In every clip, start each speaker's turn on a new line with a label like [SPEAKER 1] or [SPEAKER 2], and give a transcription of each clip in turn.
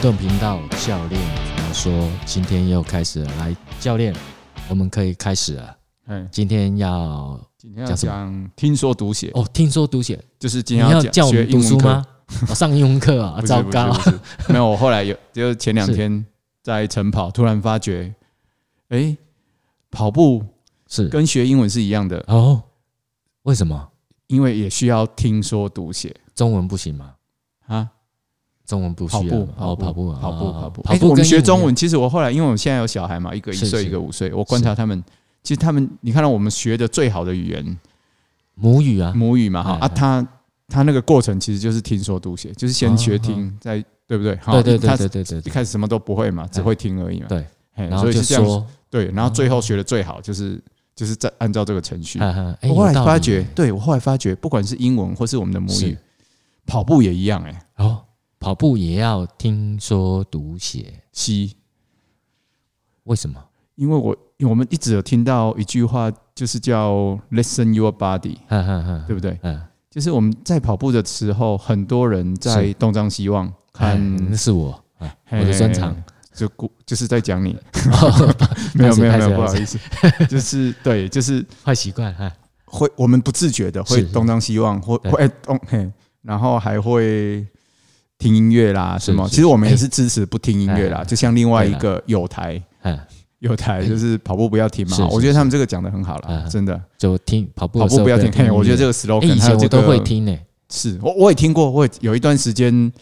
[SPEAKER 1] 顿频道教练怎么说？今天又开始了，来，教练，我们可以开始了。
[SPEAKER 2] 哎，
[SPEAKER 1] 今天要
[SPEAKER 2] 今天要
[SPEAKER 1] 讲什么
[SPEAKER 2] 讲听说读写，
[SPEAKER 1] 哦，听说读写，
[SPEAKER 2] 就是今
[SPEAKER 1] 你
[SPEAKER 2] 天
[SPEAKER 1] 要
[SPEAKER 2] 讲
[SPEAKER 1] 叫我
[SPEAKER 2] 学
[SPEAKER 1] 们
[SPEAKER 2] 英
[SPEAKER 1] 读
[SPEAKER 2] 文
[SPEAKER 1] 书
[SPEAKER 2] 课
[SPEAKER 1] 吗？？哦、上英文课啊，
[SPEAKER 2] 不是
[SPEAKER 1] 糟
[SPEAKER 2] 不是
[SPEAKER 1] 糕
[SPEAKER 2] 不，是 没有，我后来有，就是前两
[SPEAKER 1] 是
[SPEAKER 2] 天在晨跑，突然发觉，哎，跑步
[SPEAKER 1] 是
[SPEAKER 2] 跟学英文是一样的，
[SPEAKER 1] 哦，为什么
[SPEAKER 2] 因为也需要听说读写
[SPEAKER 1] 中文不行吗？
[SPEAKER 2] 啊，
[SPEAKER 1] 中文不需
[SPEAKER 2] 跑
[SPEAKER 1] 要
[SPEAKER 2] 步
[SPEAKER 1] 吗，哦，跑步啊，
[SPEAKER 2] 跑步，
[SPEAKER 1] 哦
[SPEAKER 2] 跑步，
[SPEAKER 1] 跑
[SPEAKER 2] 哎
[SPEAKER 1] 步
[SPEAKER 2] 我
[SPEAKER 1] 跟
[SPEAKER 2] 们学
[SPEAKER 1] 英
[SPEAKER 2] 中
[SPEAKER 1] 一
[SPEAKER 2] 文，
[SPEAKER 1] 样
[SPEAKER 2] 其实我后来因为我现在有小孩嘛，一个一
[SPEAKER 1] 是
[SPEAKER 2] 岁，
[SPEAKER 1] 是
[SPEAKER 2] 一个五岁，我观察他们，其实他们，你看到我们学的最好的语言
[SPEAKER 1] 母语啊，
[SPEAKER 2] 母语嘛哈
[SPEAKER 1] 哎
[SPEAKER 2] 啊，
[SPEAKER 1] 哎
[SPEAKER 2] 他他那个过程其实就是听说读写，就是先学听，再对不对？哈
[SPEAKER 1] 哦对对对
[SPEAKER 2] 他
[SPEAKER 1] 对对对
[SPEAKER 2] 一
[SPEAKER 1] 对，
[SPEAKER 2] 开始什么都不会嘛，只会听而已嘛。
[SPEAKER 1] 对
[SPEAKER 2] 嘿，
[SPEAKER 1] 然
[SPEAKER 2] 所
[SPEAKER 1] 后
[SPEAKER 2] 以
[SPEAKER 1] 就是
[SPEAKER 2] 这样子
[SPEAKER 1] 说，
[SPEAKER 2] 对，然后最后学的最好就是就是在按照这个程序。
[SPEAKER 1] 哈哈，哎，
[SPEAKER 2] 我后来
[SPEAKER 1] 有道理
[SPEAKER 2] 发觉，对我后来发觉，不管是英文或是我们的母语
[SPEAKER 1] 是，
[SPEAKER 2] 跑步也一样哎，
[SPEAKER 1] 哦，跑步也要听说读写，
[SPEAKER 2] 吸，
[SPEAKER 1] 为什么？
[SPEAKER 2] 因为我因为我们一直有听到一句话，就是叫 “listen your body”，
[SPEAKER 1] 哈哈哈，
[SPEAKER 2] 对不对？
[SPEAKER 1] 嗯，
[SPEAKER 2] 就是我们在跑步的时候，很多人在
[SPEAKER 1] 是
[SPEAKER 2] 东张西望
[SPEAKER 1] 哎
[SPEAKER 2] 看，
[SPEAKER 1] 那是我啊，我的
[SPEAKER 2] 嘿
[SPEAKER 1] 专长，
[SPEAKER 2] 就故就是在讲 你，
[SPEAKER 1] 哦
[SPEAKER 2] 没
[SPEAKER 1] 拍
[SPEAKER 2] 有
[SPEAKER 1] 手
[SPEAKER 2] 没有没
[SPEAKER 1] 拍手
[SPEAKER 2] 有，不
[SPEAKER 1] 拍
[SPEAKER 2] 好
[SPEAKER 1] 手
[SPEAKER 2] 意思， 就是对，就是
[SPEAKER 1] 坏习惯哎哈，
[SPEAKER 2] 会我们不自觉的会
[SPEAKER 1] 是
[SPEAKER 2] 东张西望，或
[SPEAKER 1] 对
[SPEAKER 2] 会哎东嘿，然后还会听音乐啦
[SPEAKER 1] 是
[SPEAKER 2] 什么。
[SPEAKER 1] 是
[SPEAKER 2] 其实我们
[SPEAKER 1] 哎
[SPEAKER 2] 也是支持不听音乐啦，
[SPEAKER 1] 哎
[SPEAKER 2] 就像另外一
[SPEAKER 1] 对啦
[SPEAKER 2] 个有台
[SPEAKER 1] 嗯，
[SPEAKER 2] 有台就是跑步不要停嘛
[SPEAKER 1] 是，是
[SPEAKER 2] 我觉得他们这个讲的很好啦，
[SPEAKER 1] 嗯
[SPEAKER 2] 真的
[SPEAKER 1] 就听跑步
[SPEAKER 2] 跑
[SPEAKER 1] 的时
[SPEAKER 2] 步
[SPEAKER 1] 候
[SPEAKER 2] 不要停。
[SPEAKER 1] 听
[SPEAKER 2] 嘿，我觉得这
[SPEAKER 1] 个
[SPEAKER 2] 个
[SPEAKER 1] 哎，
[SPEAKER 2] slogan
[SPEAKER 1] 以
[SPEAKER 2] 还有
[SPEAKER 1] 前
[SPEAKER 2] 这
[SPEAKER 1] 我
[SPEAKER 2] 个
[SPEAKER 1] 都会，听呢，
[SPEAKER 2] 是我我也听过，我也有一段时间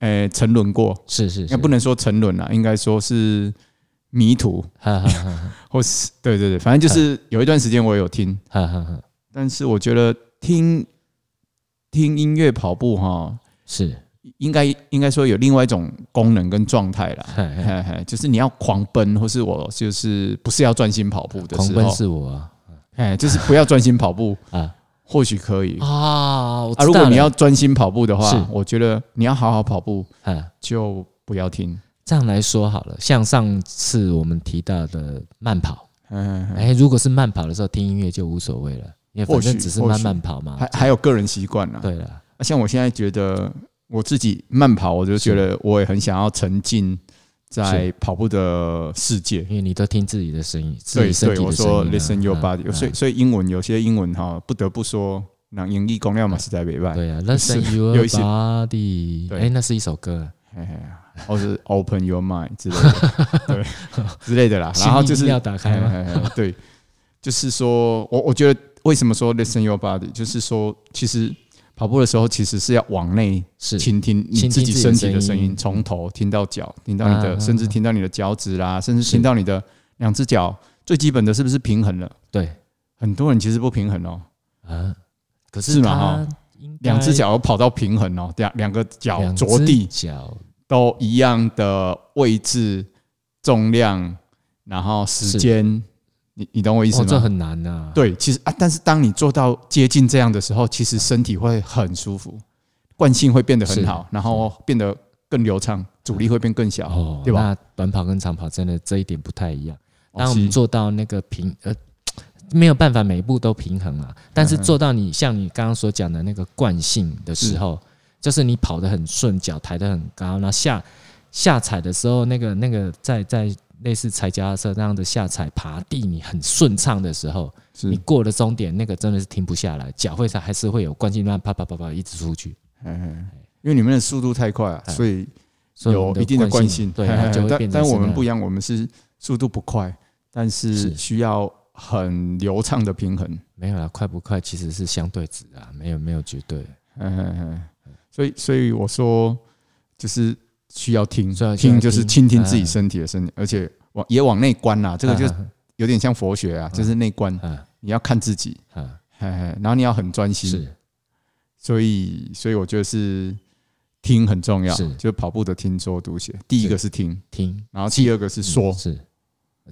[SPEAKER 2] 呃沉沦过，
[SPEAKER 1] 是是
[SPEAKER 2] 应
[SPEAKER 1] 是，
[SPEAKER 2] 该不能说沉沦啦，应该说是迷途
[SPEAKER 1] 哈哈哈
[SPEAKER 2] 或是对对对，反正就是有一段时间我也有听，
[SPEAKER 1] 哈哈哈，
[SPEAKER 2] 但是我觉得听听音乐跑步哈，
[SPEAKER 1] 是，
[SPEAKER 2] 应该应该说有另外一种功能跟状态啦。
[SPEAKER 1] 嘿嘿
[SPEAKER 2] 嘿嘿，就是你要狂奔，或是我就是不是要专心跑步的
[SPEAKER 1] 狂
[SPEAKER 2] 时
[SPEAKER 1] 奔
[SPEAKER 2] 候，
[SPEAKER 1] 是我啊
[SPEAKER 2] 哎，就是不要专心跑步
[SPEAKER 1] 啊
[SPEAKER 2] 或许可以啊。
[SPEAKER 1] 啊，我知道
[SPEAKER 2] 如果你
[SPEAKER 1] 了
[SPEAKER 2] 要专心跑步的
[SPEAKER 1] 是
[SPEAKER 2] 话，我觉得你要好好跑步，
[SPEAKER 1] 啊，
[SPEAKER 2] 就不要听。
[SPEAKER 1] 这样来说好了，像上次我们提到的慢跑，
[SPEAKER 2] 嗯，嘿嘿
[SPEAKER 1] 哎，如果是慢跑的时候听音乐就无所谓了，因为反
[SPEAKER 2] 或
[SPEAKER 1] 正
[SPEAKER 2] 许
[SPEAKER 1] 只是
[SPEAKER 2] 或
[SPEAKER 1] 慢
[SPEAKER 2] 许
[SPEAKER 1] 慢跑嘛
[SPEAKER 2] 还。还有个人习惯啦。
[SPEAKER 1] 对了，
[SPEAKER 2] 啊像我现在觉得我自己慢跑，我就觉得我也很想要沉浸在跑步的世界。
[SPEAKER 1] 因为你都听自己的声音，自
[SPEAKER 2] 对
[SPEAKER 1] 己身
[SPEAKER 2] 对，
[SPEAKER 1] 体
[SPEAKER 2] 我
[SPEAKER 1] 的声音啊。
[SPEAKER 2] 说 listen your
[SPEAKER 1] 啊
[SPEAKER 2] body，、
[SPEAKER 1] 啊
[SPEAKER 2] 所以所以英文有些英文哈，不得不说，那英译公料嘛是在北拜，
[SPEAKER 1] 对啊
[SPEAKER 2] 是
[SPEAKER 1] ，Listen your
[SPEAKER 2] 有一些
[SPEAKER 1] body，
[SPEAKER 2] 对
[SPEAKER 1] 哎，那是一首歌，
[SPEAKER 2] 嘿嘿或是 open your mind 之类的， 对之类的啦。然后就是
[SPEAKER 1] 心意要打开吗？
[SPEAKER 2] 嘿嘿嘿对，就是说我我觉得为什么说 listen your body，就是说其实跑步的时候其实是要往内
[SPEAKER 1] 是
[SPEAKER 2] 倾听你
[SPEAKER 1] 倾听
[SPEAKER 2] 自己
[SPEAKER 1] 自己
[SPEAKER 2] 身
[SPEAKER 1] 的
[SPEAKER 2] 体的
[SPEAKER 1] 声
[SPEAKER 2] 声音，
[SPEAKER 1] 音
[SPEAKER 2] 从头听到脚，听到你
[SPEAKER 1] 啊啊
[SPEAKER 2] 的，
[SPEAKER 1] 啊嗯
[SPEAKER 2] 甚至听到你的脚趾啦，甚至
[SPEAKER 1] 是
[SPEAKER 2] 听到你的两只脚，最基本的是不是平衡了？
[SPEAKER 1] 对
[SPEAKER 2] 很多人其实不平衡哦，
[SPEAKER 1] 啊，可
[SPEAKER 2] 是
[SPEAKER 1] 是
[SPEAKER 2] 吗
[SPEAKER 1] 它
[SPEAKER 2] 哈
[SPEAKER 1] 应该
[SPEAKER 2] 两只脚跑到平衡哦，两两个脚
[SPEAKER 1] 两
[SPEAKER 2] 着
[SPEAKER 1] 只
[SPEAKER 2] 地
[SPEAKER 1] 脚
[SPEAKER 2] 都一样的位置、重量，然后时间，你你懂我意思
[SPEAKER 1] 哦，这
[SPEAKER 2] 吗？
[SPEAKER 1] 很难呐。
[SPEAKER 2] 对，其实啊，但是当你做到接近这样的时候，其实身体会很舒服，惯性会变得很
[SPEAKER 1] 是
[SPEAKER 2] 好，然后变得更流畅，阻力会变更小。
[SPEAKER 1] 哦，
[SPEAKER 2] 对吧
[SPEAKER 1] 那短跑跟长跑真的这一点不太一样。
[SPEAKER 2] 哦
[SPEAKER 1] 当我们
[SPEAKER 2] 是
[SPEAKER 1] 做到那个平呃。没有办法每一步都平衡啊，但是
[SPEAKER 2] 嗯嗯
[SPEAKER 1] 做到你像你刚刚所讲的那个惯性的时候，
[SPEAKER 2] 嗯
[SPEAKER 1] 就是你跑得很顺，脚抬得很高，然后下下踩的时候，那个那个在在类似踩脚踏车那样的下踩爬地，你很顺畅的时候，
[SPEAKER 2] 是
[SPEAKER 1] 你过了终点，那个真的是停不下来，脚会上还是会有惯性乱啪啪啪啪一直出去，
[SPEAKER 2] 嗯，因为你们的速度太快啊，
[SPEAKER 1] 哎
[SPEAKER 2] 所以
[SPEAKER 1] 所以我
[SPEAKER 2] 有
[SPEAKER 1] 们
[SPEAKER 2] 一定的惯性。
[SPEAKER 1] 对，
[SPEAKER 2] 嘿 嘿
[SPEAKER 1] 它就会变成
[SPEAKER 2] 但但我
[SPEAKER 1] 是那
[SPEAKER 2] 们
[SPEAKER 1] 样
[SPEAKER 2] 不一样，我们是速度不快，但是
[SPEAKER 1] 是
[SPEAKER 2] 需要很流畅的平衡。
[SPEAKER 1] 没有啦，快不快其实是相对值啊，没有没有绝对。
[SPEAKER 2] 嗯嗯嗯，所以所以我说，就是需要听
[SPEAKER 1] 需要，需要
[SPEAKER 2] 听就是
[SPEAKER 1] 听
[SPEAKER 2] 倾听自己
[SPEAKER 1] 嗯
[SPEAKER 2] 身体的声音，而且往也往内观啦。这个就
[SPEAKER 1] 啊
[SPEAKER 2] 有点像佛学啊，就是内观，
[SPEAKER 1] 啊
[SPEAKER 2] 你要看自己，
[SPEAKER 1] 啊，
[SPEAKER 2] 嘿嘿然后你要很专心。
[SPEAKER 1] 是
[SPEAKER 2] 所以所以我觉得是听很重要，
[SPEAKER 1] 是
[SPEAKER 2] 就是跑步的听说读写，第一个是听，
[SPEAKER 1] 听嗯
[SPEAKER 2] 然后第二个是说。
[SPEAKER 1] 是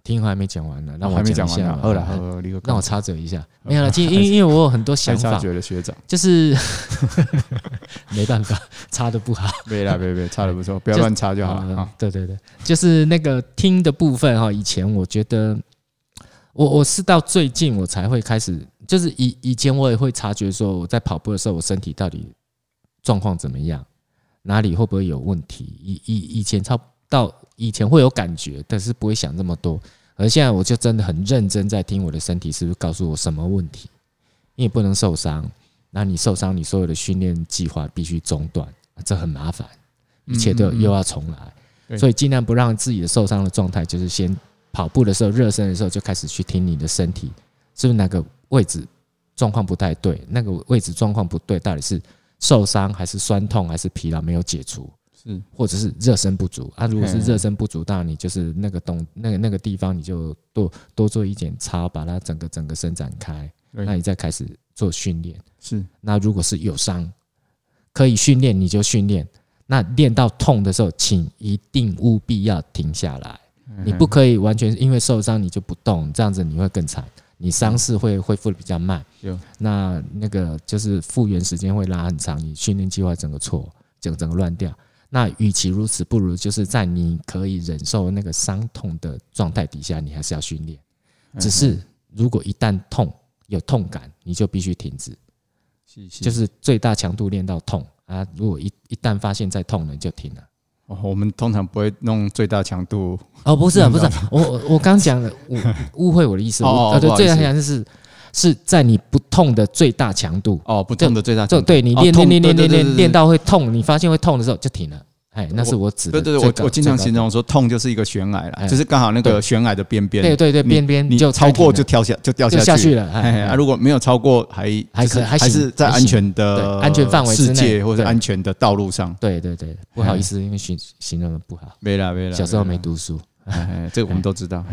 [SPEAKER 1] 听还没讲完呢，让
[SPEAKER 2] 我
[SPEAKER 1] 我
[SPEAKER 2] 还没
[SPEAKER 1] 讲
[SPEAKER 2] 讲
[SPEAKER 1] 一
[SPEAKER 2] 完
[SPEAKER 1] 下
[SPEAKER 2] 呢
[SPEAKER 1] 嘛，
[SPEAKER 2] 二了
[SPEAKER 1] 啊
[SPEAKER 2] 二一个
[SPEAKER 1] 让我插嘴一
[SPEAKER 2] 哦
[SPEAKER 1] 下，没有了，其实因 为因为我有很多想
[SPEAKER 2] 太察
[SPEAKER 1] 法，
[SPEAKER 2] 觉了学长，
[SPEAKER 1] 就是 没办法插的不好。
[SPEAKER 2] 没啦 没没，差的不错，不要
[SPEAKER 1] 就
[SPEAKER 2] 乱插就好了
[SPEAKER 1] 嗯
[SPEAKER 2] 啊。
[SPEAKER 1] 对对对，就是那个听的部分哈，以前我觉得，我我是到最近我才会开始，就是以以前我也会察觉说我在跑步的时候，我身体到底状况怎么样。哪里会不会有问题。以以以前超到以前会有感觉，但是不会想这么多。而现在我就真的很认真在听我的身体是不是告诉我什么问题。你也不能受伤，那你受伤，你所有的训练计划必须中断，这很麻烦，一切都
[SPEAKER 2] 嗯嗯嗯
[SPEAKER 1] 又要重来。
[SPEAKER 2] 对
[SPEAKER 1] 所以尽量不让自己的受伤的状态，就是先跑步的时候、热身的时候就开始去听你的身体是不是哪个位置状况不太对，那个位置状况不对，到底是受伤还是酸痛还是疲劳没有解除，
[SPEAKER 2] 是
[SPEAKER 1] 或者是热身不足啊？如果是
[SPEAKER 2] 嘿
[SPEAKER 1] 热身不足，当然你就是那个动那个那个地方你就多多做一点操，把它整个整个伸展开，
[SPEAKER 2] 对
[SPEAKER 1] 那你再开始做训练。
[SPEAKER 2] 是
[SPEAKER 1] 那如果是有伤，可以训练你就训练。那练到痛的时候，请一定务必要停下来。
[SPEAKER 2] 嗯
[SPEAKER 1] 你不可以完全因为受伤你就不动，这样子你会更惨。你伤势会恢复的比较慢
[SPEAKER 2] 有，
[SPEAKER 1] 那那个就是复原时间会拉很长，你训练计划整个错，整整个乱掉。那与其如此，不如就是在你可以忍受那个伤痛的状态底下，你还是要训练。只是如果一旦痛有痛感，你就必须停止。就
[SPEAKER 2] 就是
[SPEAKER 1] 最大强度练到痛啊！如果一一旦发现再痛了，你就停了。
[SPEAKER 2] 哦我们通常不会弄最大强度，
[SPEAKER 1] 哦，不是啊，不是啊、我我我刚讲了， 我误会我的意思。
[SPEAKER 2] 哦哦
[SPEAKER 1] 我啊对
[SPEAKER 2] 不，好意
[SPEAKER 1] 最
[SPEAKER 2] 思
[SPEAKER 1] 大强度是是在你不痛的最大强度，
[SPEAKER 2] 哦，不痛的最大
[SPEAKER 1] 就
[SPEAKER 2] 强度。
[SPEAKER 1] 对你
[SPEAKER 2] 哦
[SPEAKER 1] 练
[SPEAKER 2] 痛
[SPEAKER 1] 练练练
[SPEAKER 2] 对对对
[SPEAKER 1] 练
[SPEAKER 2] 对
[SPEAKER 1] 练到会痛，你发现会痛的时候就停了。哎，那是我指的最
[SPEAKER 2] 对对
[SPEAKER 1] 高。
[SPEAKER 2] 对，我我经常
[SPEAKER 1] 最高
[SPEAKER 2] 形容说，痛就是一个悬崖
[SPEAKER 1] 哎
[SPEAKER 2] 啦，就是刚好那个
[SPEAKER 1] 对
[SPEAKER 2] 悬崖的边边，
[SPEAKER 1] 对对对
[SPEAKER 2] 你
[SPEAKER 1] 边边
[SPEAKER 2] 你
[SPEAKER 1] 就
[SPEAKER 2] 超过
[SPEAKER 1] 该
[SPEAKER 2] 就
[SPEAKER 1] 停
[SPEAKER 2] 跳下就掉
[SPEAKER 1] 了就下去
[SPEAKER 2] 去。
[SPEAKER 1] 了。
[SPEAKER 2] 哎，
[SPEAKER 1] 哎，
[SPEAKER 2] 啊如果没有超过，还
[SPEAKER 1] 还
[SPEAKER 2] 就是
[SPEAKER 1] 可还
[SPEAKER 2] 还是
[SPEAKER 1] 行
[SPEAKER 2] 在
[SPEAKER 1] 还
[SPEAKER 2] 安
[SPEAKER 1] 行
[SPEAKER 2] 全的
[SPEAKER 1] 对安全范围之
[SPEAKER 2] 世
[SPEAKER 1] 内
[SPEAKER 2] 界或
[SPEAKER 1] 对
[SPEAKER 2] 者安全的道路上。
[SPEAKER 1] 对对对，不好意思，因为形形容的不好，
[SPEAKER 2] 没啦没啦，
[SPEAKER 1] 小时候没
[SPEAKER 2] 啦，
[SPEAKER 1] 读书。
[SPEAKER 2] 哎哎这个我们都知道。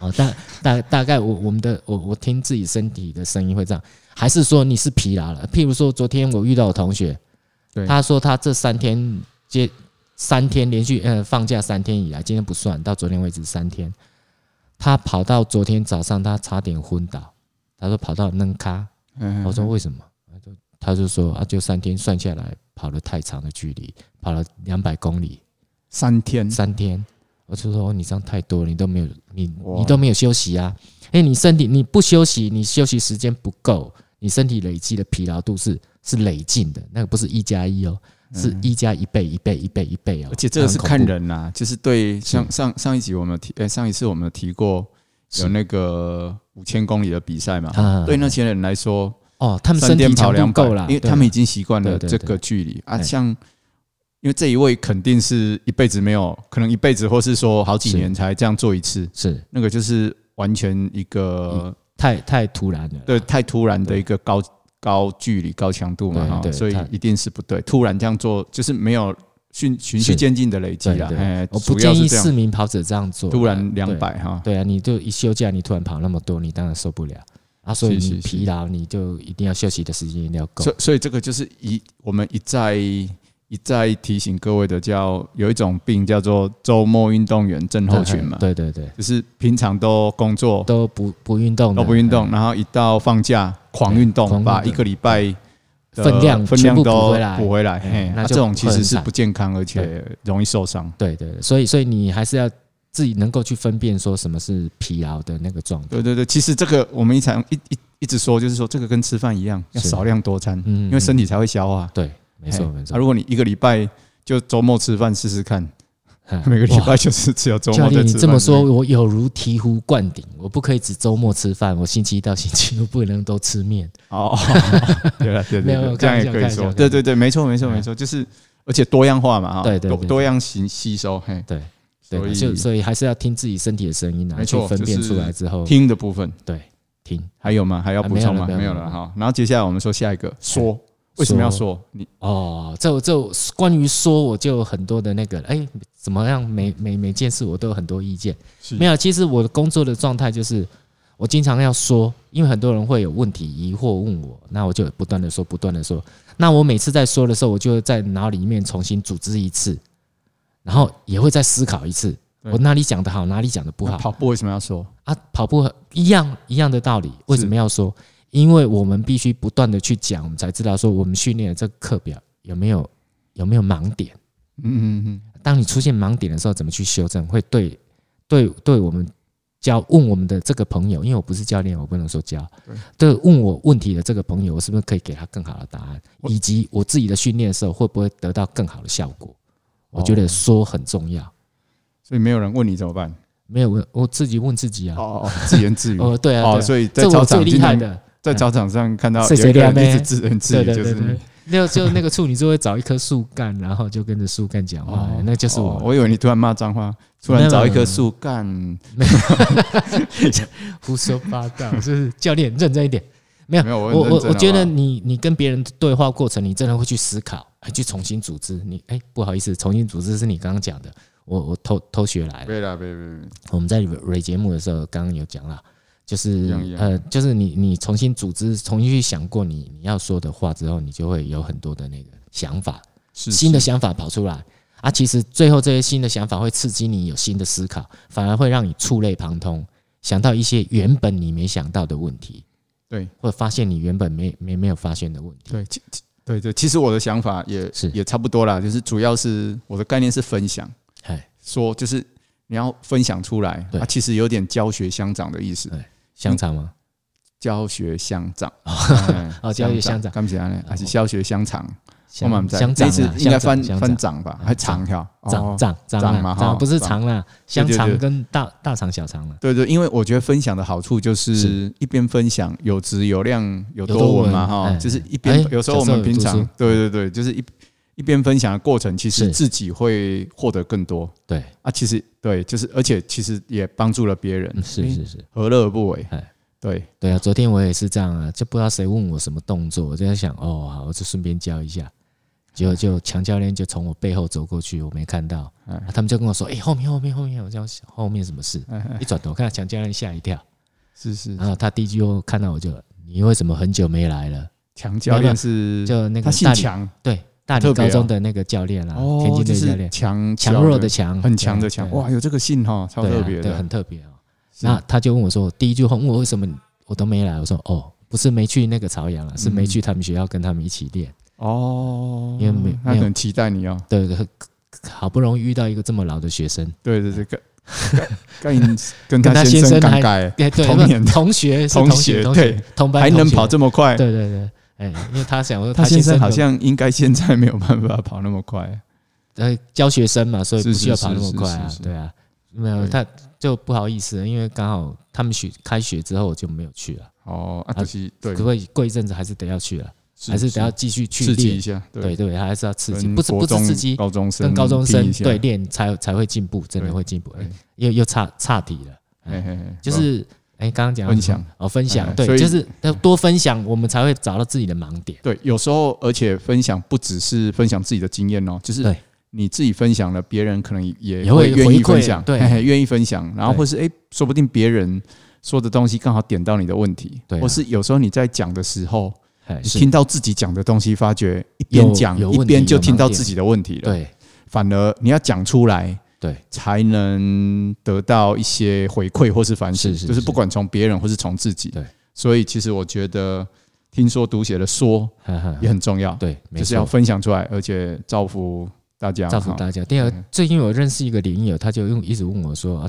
[SPEAKER 1] 哦，大大大概我我们的我我听自己身体的声音会这样，还是说你是疲劳了？譬如说昨天我遇到我同学，
[SPEAKER 2] 对
[SPEAKER 1] 他说他这三天接三天连续呃放假三天以来，今天不算，到昨天为止三天，他跑到昨天早上他差点昏倒，他说跑到扔咖，
[SPEAKER 2] 嗯
[SPEAKER 1] 我说为什么？他就说啊，就三天算下来跑了太长的距离，跑了两百公里，
[SPEAKER 2] 三天，
[SPEAKER 1] 三天，我就说、哦你这样太多了，你都没有你
[SPEAKER 2] 哇
[SPEAKER 1] 你都没有休息啊，因为你身体你不休息，你休息时间不够，你身体累积的疲劳度是是累进的，那个不是一加一哦，
[SPEAKER 2] 嗯
[SPEAKER 1] 是一加一倍一倍一倍一倍哦，
[SPEAKER 2] 而且这个是
[SPEAKER 1] 很恐
[SPEAKER 2] 看
[SPEAKER 1] 怖
[SPEAKER 2] 人啦、就是对像上上一集我们有提，哎、上一次我们有提过有
[SPEAKER 1] 是
[SPEAKER 2] 那个五千公里的比赛嘛，
[SPEAKER 1] 啊
[SPEAKER 2] 对那些人来说，
[SPEAKER 1] 哦，他们
[SPEAKER 2] 三
[SPEAKER 1] 身
[SPEAKER 2] 天
[SPEAKER 1] 体
[SPEAKER 2] 跑
[SPEAKER 1] 强
[SPEAKER 2] 两
[SPEAKER 1] 度
[SPEAKER 2] 百
[SPEAKER 1] 够了，，
[SPEAKER 2] 因为
[SPEAKER 1] 对
[SPEAKER 2] 他们已经习惯了
[SPEAKER 1] 对对
[SPEAKER 2] 这
[SPEAKER 1] 对
[SPEAKER 2] 个距离啊。
[SPEAKER 1] 哎
[SPEAKER 2] 像因为这一位肯定是一辈子没有，可能一辈子或是说好几
[SPEAKER 1] 是
[SPEAKER 2] 年才这样做一次，
[SPEAKER 1] 是
[SPEAKER 2] 那个就是完全一个
[SPEAKER 1] 太太突然了啦，
[SPEAKER 2] 对太突然的
[SPEAKER 1] 嗯对
[SPEAKER 2] 一个高高距离、高强度嘛
[SPEAKER 1] 对
[SPEAKER 2] 哈，
[SPEAKER 1] 对
[SPEAKER 2] 所以
[SPEAKER 1] 太
[SPEAKER 2] 一定是不对。突然这样做就是没有循循序
[SPEAKER 1] 是
[SPEAKER 2] 渐进的累积
[SPEAKER 1] 对
[SPEAKER 2] 啦，哎
[SPEAKER 1] 对，，我不
[SPEAKER 2] 主要
[SPEAKER 1] 建
[SPEAKER 2] 是
[SPEAKER 1] 议
[SPEAKER 2] 这样
[SPEAKER 1] 市民跑者这样做，
[SPEAKER 2] 突然
[SPEAKER 1] 对
[SPEAKER 2] 两。百哈，
[SPEAKER 1] 对啊，你就一休假，你突然跑那么多，你当然受不了啊！所以
[SPEAKER 2] 是是
[SPEAKER 1] 你
[SPEAKER 2] 是
[SPEAKER 1] 疲劳，你就一定要休息的时间一定要够
[SPEAKER 2] 所。以所以这个就是一我们一再一再提醒各位的叫有一种病叫做周末运动员症候群嘛，
[SPEAKER 1] 对对对，
[SPEAKER 2] 就是平常都工作
[SPEAKER 1] 都不不运动的，
[SPEAKER 2] 都哦不运动，然后一到放假狂运
[SPEAKER 1] 对狂
[SPEAKER 2] 动，
[SPEAKER 1] 运动
[SPEAKER 2] 把一个礼拜的
[SPEAKER 1] 嗯分量
[SPEAKER 2] 呃分
[SPEAKER 1] 全
[SPEAKER 2] 量
[SPEAKER 1] 部
[SPEAKER 2] 都
[SPEAKER 1] 补回来
[SPEAKER 2] 补回来，
[SPEAKER 1] 哎
[SPEAKER 2] 嘿，
[SPEAKER 1] 那
[SPEAKER 2] 那
[SPEAKER 1] 就
[SPEAKER 2] 这种其实
[SPEAKER 1] 很
[SPEAKER 2] 是
[SPEAKER 1] 惨
[SPEAKER 2] 不健康，而且容易受伤。
[SPEAKER 1] 对对对，所以所以你还是要自己能够去分辨说什么是疲劳的那个状态。
[SPEAKER 2] 对对对，其实这个我们一常一一一直说，就是说这个跟吃饭一样，要
[SPEAKER 1] 是
[SPEAKER 2] 少量多餐，
[SPEAKER 1] 嗯，
[SPEAKER 2] 因为身
[SPEAKER 1] 体
[SPEAKER 2] 体才会消化。
[SPEAKER 1] 对，没
[SPEAKER 2] 嘿
[SPEAKER 1] 错没错
[SPEAKER 2] 啊，。如果你一个礼拜就周末吃饭试试看，
[SPEAKER 1] 嗯
[SPEAKER 2] 每个礼
[SPEAKER 1] 哇
[SPEAKER 2] 拜就是只有周
[SPEAKER 1] 教
[SPEAKER 2] 末在
[SPEAKER 1] 练，你
[SPEAKER 2] 吃
[SPEAKER 1] 这么
[SPEAKER 2] 饭哦
[SPEAKER 1] 说，我有如醍醐灌顶。我不可以只周末吃饭，我星期一到星期五不能都吃面。
[SPEAKER 2] 哦，对了，对
[SPEAKER 1] 没
[SPEAKER 2] 对
[SPEAKER 1] 有
[SPEAKER 2] 对，
[SPEAKER 1] 开玩
[SPEAKER 2] 这样也
[SPEAKER 1] 笑
[SPEAKER 2] 可
[SPEAKER 1] 开
[SPEAKER 2] 以
[SPEAKER 1] 玩笑
[SPEAKER 2] 说，对对对，没错没错
[SPEAKER 1] 嗯
[SPEAKER 2] 没错，就是而且多样化嘛哈，
[SPEAKER 1] 对对
[SPEAKER 2] 多
[SPEAKER 1] 对
[SPEAKER 2] 多样型吸收，嘿，
[SPEAKER 1] 对对
[SPEAKER 2] 所
[SPEAKER 1] 吧，
[SPEAKER 2] 以
[SPEAKER 1] 就所以还是要听自己身体的声音啊，
[SPEAKER 2] 没
[SPEAKER 1] 去
[SPEAKER 2] 错
[SPEAKER 1] 分辨
[SPEAKER 2] 就是
[SPEAKER 1] 出来之后
[SPEAKER 2] 听的部分
[SPEAKER 1] 对听
[SPEAKER 2] 还有吗？还要
[SPEAKER 1] 啊
[SPEAKER 2] 补
[SPEAKER 1] 没有
[SPEAKER 2] 充
[SPEAKER 1] 了
[SPEAKER 2] 吗？
[SPEAKER 1] 没有
[SPEAKER 2] 没有
[SPEAKER 1] 了
[SPEAKER 2] 了哈。然后接下来我们说下一个说，为什么要说？你
[SPEAKER 1] 哦，这我这我关于说我就有很多的那个，哎，怎么样？每每每件事我都有很多意见。
[SPEAKER 2] 是
[SPEAKER 1] 没有，其实我的工作的状态就是，我经常要说，因为很多人会有问题、疑惑问我，那我就不断的说，不断的说。那我每次在说的时候，我就会在脑里面重新组织一次，然后也会再思考一次，
[SPEAKER 2] 对
[SPEAKER 1] 我哪里讲得好，哪里讲得不
[SPEAKER 2] 那
[SPEAKER 1] 好
[SPEAKER 2] 跑步为什么要说？
[SPEAKER 1] 啊？跑步很一样一样的道理，为什么要说？因为我们必须不断的去讲，我们才知道说我们训练的这个课表有没有有没有盲点。
[SPEAKER 2] 嗯嗯嗯，
[SPEAKER 1] 当你出现盲点的时候，怎么去修正，会对对对我们教问我们的这个朋友，因为我不是教练，我不能说教对，
[SPEAKER 2] 对，
[SPEAKER 1] 问我问题的这个朋友，我是不是可以给他更好的答案，
[SPEAKER 2] 我
[SPEAKER 1] 以及我自己的训练的时候会不会得到更好的效果？我觉
[SPEAKER 2] 哦
[SPEAKER 1] 得说很重要，
[SPEAKER 2] 所以没有人问你怎么办？
[SPEAKER 1] 没有问我自己问自己啊，
[SPEAKER 2] 哦哦，自言自语。
[SPEAKER 1] 哦，对啊，
[SPEAKER 2] 哦，
[SPEAKER 1] 对啊
[SPEAKER 2] 所以在
[SPEAKER 1] 这
[SPEAKER 2] 操
[SPEAKER 1] 我最
[SPEAKER 2] 场
[SPEAKER 1] 厉
[SPEAKER 2] 经
[SPEAKER 1] 害
[SPEAKER 2] 常
[SPEAKER 1] 的，
[SPEAKER 2] 在操场上看到
[SPEAKER 1] 谁
[SPEAKER 2] 有一个
[SPEAKER 1] 谁
[SPEAKER 2] 人
[SPEAKER 1] 啊撩妹
[SPEAKER 2] 一直自言自
[SPEAKER 1] 对
[SPEAKER 2] 语，
[SPEAKER 1] 对
[SPEAKER 2] 就
[SPEAKER 1] 对对
[SPEAKER 2] 是。
[SPEAKER 1] 那就那个处女座会找一棵树干，然后就跟着树干讲话，
[SPEAKER 2] 哦
[SPEAKER 1] 那就是我
[SPEAKER 2] 哦。我以为你突然骂脏话，突然找一棵树干。
[SPEAKER 1] 胡说八道， 就是教练认真一点。没有，
[SPEAKER 2] 没有我很
[SPEAKER 1] 我
[SPEAKER 2] 认真啊
[SPEAKER 1] 我
[SPEAKER 2] 好不
[SPEAKER 1] 觉得
[SPEAKER 2] 好
[SPEAKER 1] 你你跟别人对话过程，你真的会去思考，还去重新组织。你哎、不好意思，重新组织是你刚刚讲的，我我偷偷学来的。
[SPEAKER 2] 别啦，别别别，
[SPEAKER 1] 我们在蕊蕊节目的时候，刚刚有讲了，就是
[SPEAKER 2] 一样一样
[SPEAKER 1] 呃，就是你你重新组织，重新去想过你你要说的话之后，你就会有很多的那个想法，
[SPEAKER 2] 是
[SPEAKER 1] 新的想法跑出来啊。其实最后这些新的想法会刺激你有新的思考，反而会让你触类旁通，想到一些原本你没想到的问题，
[SPEAKER 2] 对
[SPEAKER 1] 或者发现你原本没没没有发现的问题。
[SPEAKER 2] 对其其对对，其实我的想法也
[SPEAKER 1] 是
[SPEAKER 2] 也差不多啦，就是主要是我的概念是分享，
[SPEAKER 1] 哎，
[SPEAKER 2] 说就是你要分享出来，
[SPEAKER 1] 对
[SPEAKER 2] 啊，其实有点教学相长的意思
[SPEAKER 1] 对，香肠吗？
[SPEAKER 2] 教学相长。 哎
[SPEAKER 1] 哦教学相长
[SPEAKER 2] 干不起来呢，还是教学相长？我
[SPEAKER 1] 香
[SPEAKER 2] 们
[SPEAKER 1] 香
[SPEAKER 2] 这
[SPEAKER 1] 肠
[SPEAKER 2] 次
[SPEAKER 1] 啊，
[SPEAKER 2] 应该
[SPEAKER 1] 香
[SPEAKER 2] 翻
[SPEAKER 1] 肠香
[SPEAKER 2] 翻
[SPEAKER 1] 肠
[SPEAKER 2] 长吧，
[SPEAKER 1] 哎
[SPEAKER 2] 还长条
[SPEAKER 1] 长
[SPEAKER 2] 哦
[SPEAKER 1] 长
[SPEAKER 2] 长
[SPEAKER 1] 长
[SPEAKER 2] 嘛
[SPEAKER 1] 啦，
[SPEAKER 2] 哈
[SPEAKER 1] 长不是
[SPEAKER 2] 长
[SPEAKER 1] 长啦，香
[SPEAKER 2] 对对
[SPEAKER 1] 肠
[SPEAKER 2] 对
[SPEAKER 1] 跟大大肠小肠啦。
[SPEAKER 2] 对对，因为我觉得分享的好处就是
[SPEAKER 1] 是
[SPEAKER 2] 一边分享有质有量有
[SPEAKER 1] 有多
[SPEAKER 2] 多文嘛
[SPEAKER 1] 文
[SPEAKER 2] 哈，
[SPEAKER 1] 哎
[SPEAKER 2] 就是一边
[SPEAKER 1] 哎
[SPEAKER 2] 有时候
[SPEAKER 1] 小
[SPEAKER 2] 我
[SPEAKER 1] 时候
[SPEAKER 2] 们
[SPEAKER 1] 有
[SPEAKER 2] 平
[SPEAKER 1] 读
[SPEAKER 2] 常
[SPEAKER 1] 书嗯
[SPEAKER 2] 对对对，就是一一边分享的过程，其实
[SPEAKER 1] 是
[SPEAKER 2] 自己会获得更多
[SPEAKER 1] 对，
[SPEAKER 2] 啊。其实对，就是而且其实也帮助了别人
[SPEAKER 1] 嗯，是
[SPEAKER 2] 诶
[SPEAKER 1] 是是。
[SPEAKER 2] 何乐而不为
[SPEAKER 1] 哎？
[SPEAKER 2] 对，
[SPEAKER 1] 对啊，昨天我也是这样啊，就不知道谁问我什么动作，我就在想，哦，好，我就顺便教一下。结
[SPEAKER 2] 哎
[SPEAKER 1] 果就强教练就从我背后走过去，我没看到，
[SPEAKER 2] 嗯
[SPEAKER 1] 啊他们就跟我说，哎、后面后面后面，我就想后面什么事？
[SPEAKER 2] 哎
[SPEAKER 1] 一转头看到强教练吓一跳，
[SPEAKER 2] 是是
[SPEAKER 1] 然后他第一句又看到我就，你为什么很久没来了？
[SPEAKER 2] 强教练是
[SPEAKER 1] 就那
[SPEAKER 2] 嗯他
[SPEAKER 1] 个
[SPEAKER 2] 姓
[SPEAKER 1] 大理
[SPEAKER 2] 强
[SPEAKER 1] 对大
[SPEAKER 2] 特
[SPEAKER 1] 理
[SPEAKER 2] 别
[SPEAKER 1] 高
[SPEAKER 2] 啊哦
[SPEAKER 1] 中的那个教练啊，田径
[SPEAKER 2] 就
[SPEAKER 1] 队教
[SPEAKER 2] 是
[SPEAKER 1] 练，
[SPEAKER 2] 强
[SPEAKER 1] 强弱的强，
[SPEAKER 2] 很强的
[SPEAKER 1] 对
[SPEAKER 2] 强，
[SPEAKER 1] 对
[SPEAKER 2] 哇，有这个姓哈，超
[SPEAKER 1] 对啊
[SPEAKER 2] 特别
[SPEAKER 1] 对，
[SPEAKER 2] 的
[SPEAKER 1] 很。特别哦。
[SPEAKER 2] 是
[SPEAKER 1] 那他就问我说，第一句话问我为什么我都没来，我说哦，不是没去那个朝阳了，啊是没
[SPEAKER 2] 嗯
[SPEAKER 1] 去他们学校跟他们一起练。
[SPEAKER 2] 哦，
[SPEAKER 1] 因为没
[SPEAKER 2] 他
[SPEAKER 1] 没有
[SPEAKER 2] 很期待你哦。
[SPEAKER 1] 对，很好不容易遇到一个这么老的学 生，
[SPEAKER 2] 对对对，跟
[SPEAKER 1] 嗯
[SPEAKER 2] 跟跟跟
[SPEAKER 1] 跟
[SPEAKER 2] 他
[SPEAKER 1] 他
[SPEAKER 2] 先
[SPEAKER 1] 先生
[SPEAKER 2] 生尴
[SPEAKER 1] 还
[SPEAKER 2] 尬，
[SPEAKER 1] 对哎对，
[SPEAKER 2] 同
[SPEAKER 1] 不
[SPEAKER 2] 年
[SPEAKER 1] 同学是
[SPEAKER 2] 同
[SPEAKER 1] 同
[SPEAKER 2] 学
[SPEAKER 1] 同
[SPEAKER 2] 对
[SPEAKER 1] 学同班
[SPEAKER 2] 还
[SPEAKER 1] 同
[SPEAKER 2] 能
[SPEAKER 1] 学
[SPEAKER 2] 跑这么快？
[SPEAKER 1] 对对对，哎，因为他想说
[SPEAKER 2] 他先
[SPEAKER 1] 先
[SPEAKER 2] 生
[SPEAKER 1] 生
[SPEAKER 2] 好
[SPEAKER 1] 有
[SPEAKER 2] 像应该现在没有办法跑那么快。
[SPEAKER 1] 呃教学生嘛，所以
[SPEAKER 2] 是
[SPEAKER 1] 不
[SPEAKER 2] 是
[SPEAKER 1] 需要跑那
[SPEAKER 2] 是
[SPEAKER 1] 么
[SPEAKER 2] 是
[SPEAKER 1] 快
[SPEAKER 2] 是
[SPEAKER 1] 啊
[SPEAKER 2] 是，
[SPEAKER 1] 对啊，没有
[SPEAKER 2] 对
[SPEAKER 1] 他就不好意思，因为刚好他们学开学之后我就没有去了，
[SPEAKER 2] 哦，啊，
[SPEAKER 1] 啊
[SPEAKER 2] 就是对
[SPEAKER 1] 可，不可以过一阵子还是得要去了，啊还是得要继续去
[SPEAKER 2] 刺激一
[SPEAKER 1] 练，
[SPEAKER 2] 下，
[SPEAKER 1] 对，对，还是要刺激，
[SPEAKER 2] 跟
[SPEAKER 1] 不是
[SPEAKER 2] 国
[SPEAKER 1] 不
[SPEAKER 2] 中
[SPEAKER 1] 是刺激，
[SPEAKER 2] 高中生
[SPEAKER 1] 跟高中
[SPEAKER 2] 拼
[SPEAKER 1] 生
[SPEAKER 2] 一下
[SPEAKER 1] 对，练才才会进步，真的
[SPEAKER 2] 对
[SPEAKER 1] 会进步，哎
[SPEAKER 2] 对
[SPEAKER 1] 又又差差题了。
[SPEAKER 2] 嘿嘿哦嘿
[SPEAKER 1] 就是哎，刚刚讲到
[SPEAKER 2] 分
[SPEAKER 1] 什么
[SPEAKER 2] 享
[SPEAKER 1] 哦，分
[SPEAKER 2] 哎
[SPEAKER 1] 享
[SPEAKER 2] 所
[SPEAKER 1] 对，
[SPEAKER 2] 以
[SPEAKER 1] 就是要多分享，我们才会找到自己的盲点。
[SPEAKER 2] 对，有时候而且分享不只是分享自己的经验哦，就是
[SPEAKER 1] 对
[SPEAKER 2] 你自己分享了，别人可能也
[SPEAKER 1] 也
[SPEAKER 2] 会
[SPEAKER 1] 会
[SPEAKER 2] 愿意
[SPEAKER 1] 回馈
[SPEAKER 2] 分享，
[SPEAKER 1] 对
[SPEAKER 2] 嘿嘿愿意分享，然后
[SPEAKER 1] 对
[SPEAKER 2] 或是诶，说不定别人说的东西刚好点到你的问题，
[SPEAKER 1] 对啊
[SPEAKER 2] 或是有时候你在讲的时候，
[SPEAKER 1] 哎，
[SPEAKER 2] 你
[SPEAKER 1] 是
[SPEAKER 2] 听到自己讲的东西，发觉一边
[SPEAKER 1] 有
[SPEAKER 2] 讲
[SPEAKER 1] 有
[SPEAKER 2] 一
[SPEAKER 1] 问
[SPEAKER 2] 边
[SPEAKER 1] 题
[SPEAKER 2] 就
[SPEAKER 1] 有
[SPEAKER 2] 听
[SPEAKER 1] 盲
[SPEAKER 2] 到
[SPEAKER 1] 点
[SPEAKER 2] 自己的问题了，
[SPEAKER 1] 对
[SPEAKER 2] 反而你要讲出来，
[SPEAKER 1] 对，
[SPEAKER 2] 才能得到一些回馈或是反省，
[SPEAKER 1] 是是
[SPEAKER 2] 就是
[SPEAKER 1] 是
[SPEAKER 2] 不管从别人或是从自己。
[SPEAKER 1] 对，
[SPEAKER 2] 所以其实我觉得听说读写的说
[SPEAKER 1] 哈哈
[SPEAKER 2] 也很重要，
[SPEAKER 1] 对，没
[SPEAKER 2] 就是要
[SPEAKER 1] 错，
[SPEAKER 2] 分享出来，而且造福大家，
[SPEAKER 1] 造福
[SPEAKER 2] 哈
[SPEAKER 1] 大家。第二
[SPEAKER 2] 嗯，
[SPEAKER 1] 最近我认识一个林友，他就用一直问我说啊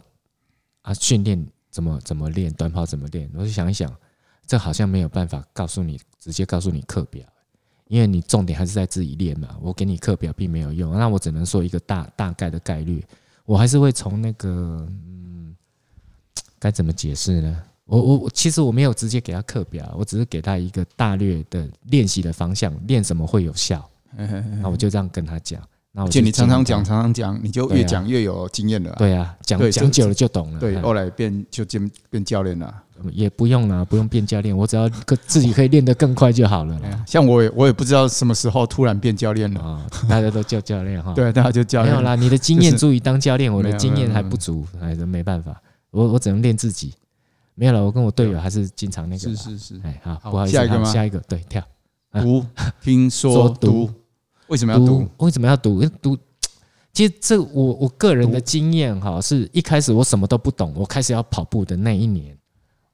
[SPEAKER 1] 啊，训练怎么怎么练，短跑怎么练？我就想一想，这好像没有办法告诉你，直接告诉你课表。因为你重点还是在自己练嘛，我给你课表并没有用，那我只能说一个大大概的概率，我还是会从那个嗯，该怎么解释呢？我我我其实我没有直接给他课表，啊我只是给他一个大略的练习的方向，练什么会有效。
[SPEAKER 2] 嗯
[SPEAKER 1] 那我就这样跟他讲。那我
[SPEAKER 2] 而且你
[SPEAKER 1] 尽
[SPEAKER 2] 常
[SPEAKER 1] 量
[SPEAKER 2] 常讲，
[SPEAKER 1] 帮他，
[SPEAKER 2] 常常讲，你就
[SPEAKER 1] 对啊
[SPEAKER 2] 越讲越有经验了啊。
[SPEAKER 1] 对啊，
[SPEAKER 2] 对
[SPEAKER 1] 讲
[SPEAKER 2] 就
[SPEAKER 1] 讲久了就懂了。
[SPEAKER 2] 对，哦
[SPEAKER 1] 哎
[SPEAKER 2] 后来变就变变教练了。
[SPEAKER 1] 也不用啦，不用变教练，我只要可自己可以练得更快就好了啦。
[SPEAKER 2] 哎呀像我也我也不知道什么时候突然变教练了。
[SPEAKER 1] 啊，大家都叫教练哈。
[SPEAKER 2] 嗯对，大家就教
[SPEAKER 1] 没
[SPEAKER 2] 练
[SPEAKER 1] 有啦，你的经
[SPEAKER 2] 就
[SPEAKER 1] 验
[SPEAKER 2] 是
[SPEAKER 1] 足以当教练，我的
[SPEAKER 2] 没有
[SPEAKER 1] 经
[SPEAKER 2] 没有
[SPEAKER 1] 验还
[SPEAKER 2] 没有
[SPEAKER 1] 不足，还是没办法，我我只能练自己。没有了，我跟我队友还是经常那个
[SPEAKER 2] 是
[SPEAKER 1] 啦。
[SPEAKER 2] 是是。
[SPEAKER 1] 哎，好，
[SPEAKER 2] 好
[SPEAKER 1] 不好意思，
[SPEAKER 2] 下一个
[SPEAKER 1] 好
[SPEAKER 2] 吗
[SPEAKER 1] 下一个，对，跳。 啊
[SPEAKER 2] 读，听说
[SPEAKER 1] 说
[SPEAKER 2] 读
[SPEAKER 1] 读，
[SPEAKER 2] 哎为什么要读？
[SPEAKER 1] 为什么要读？因为读，其实这我我个人的经验哈，是一开始我什么都不懂，我开始要跑步的那一年，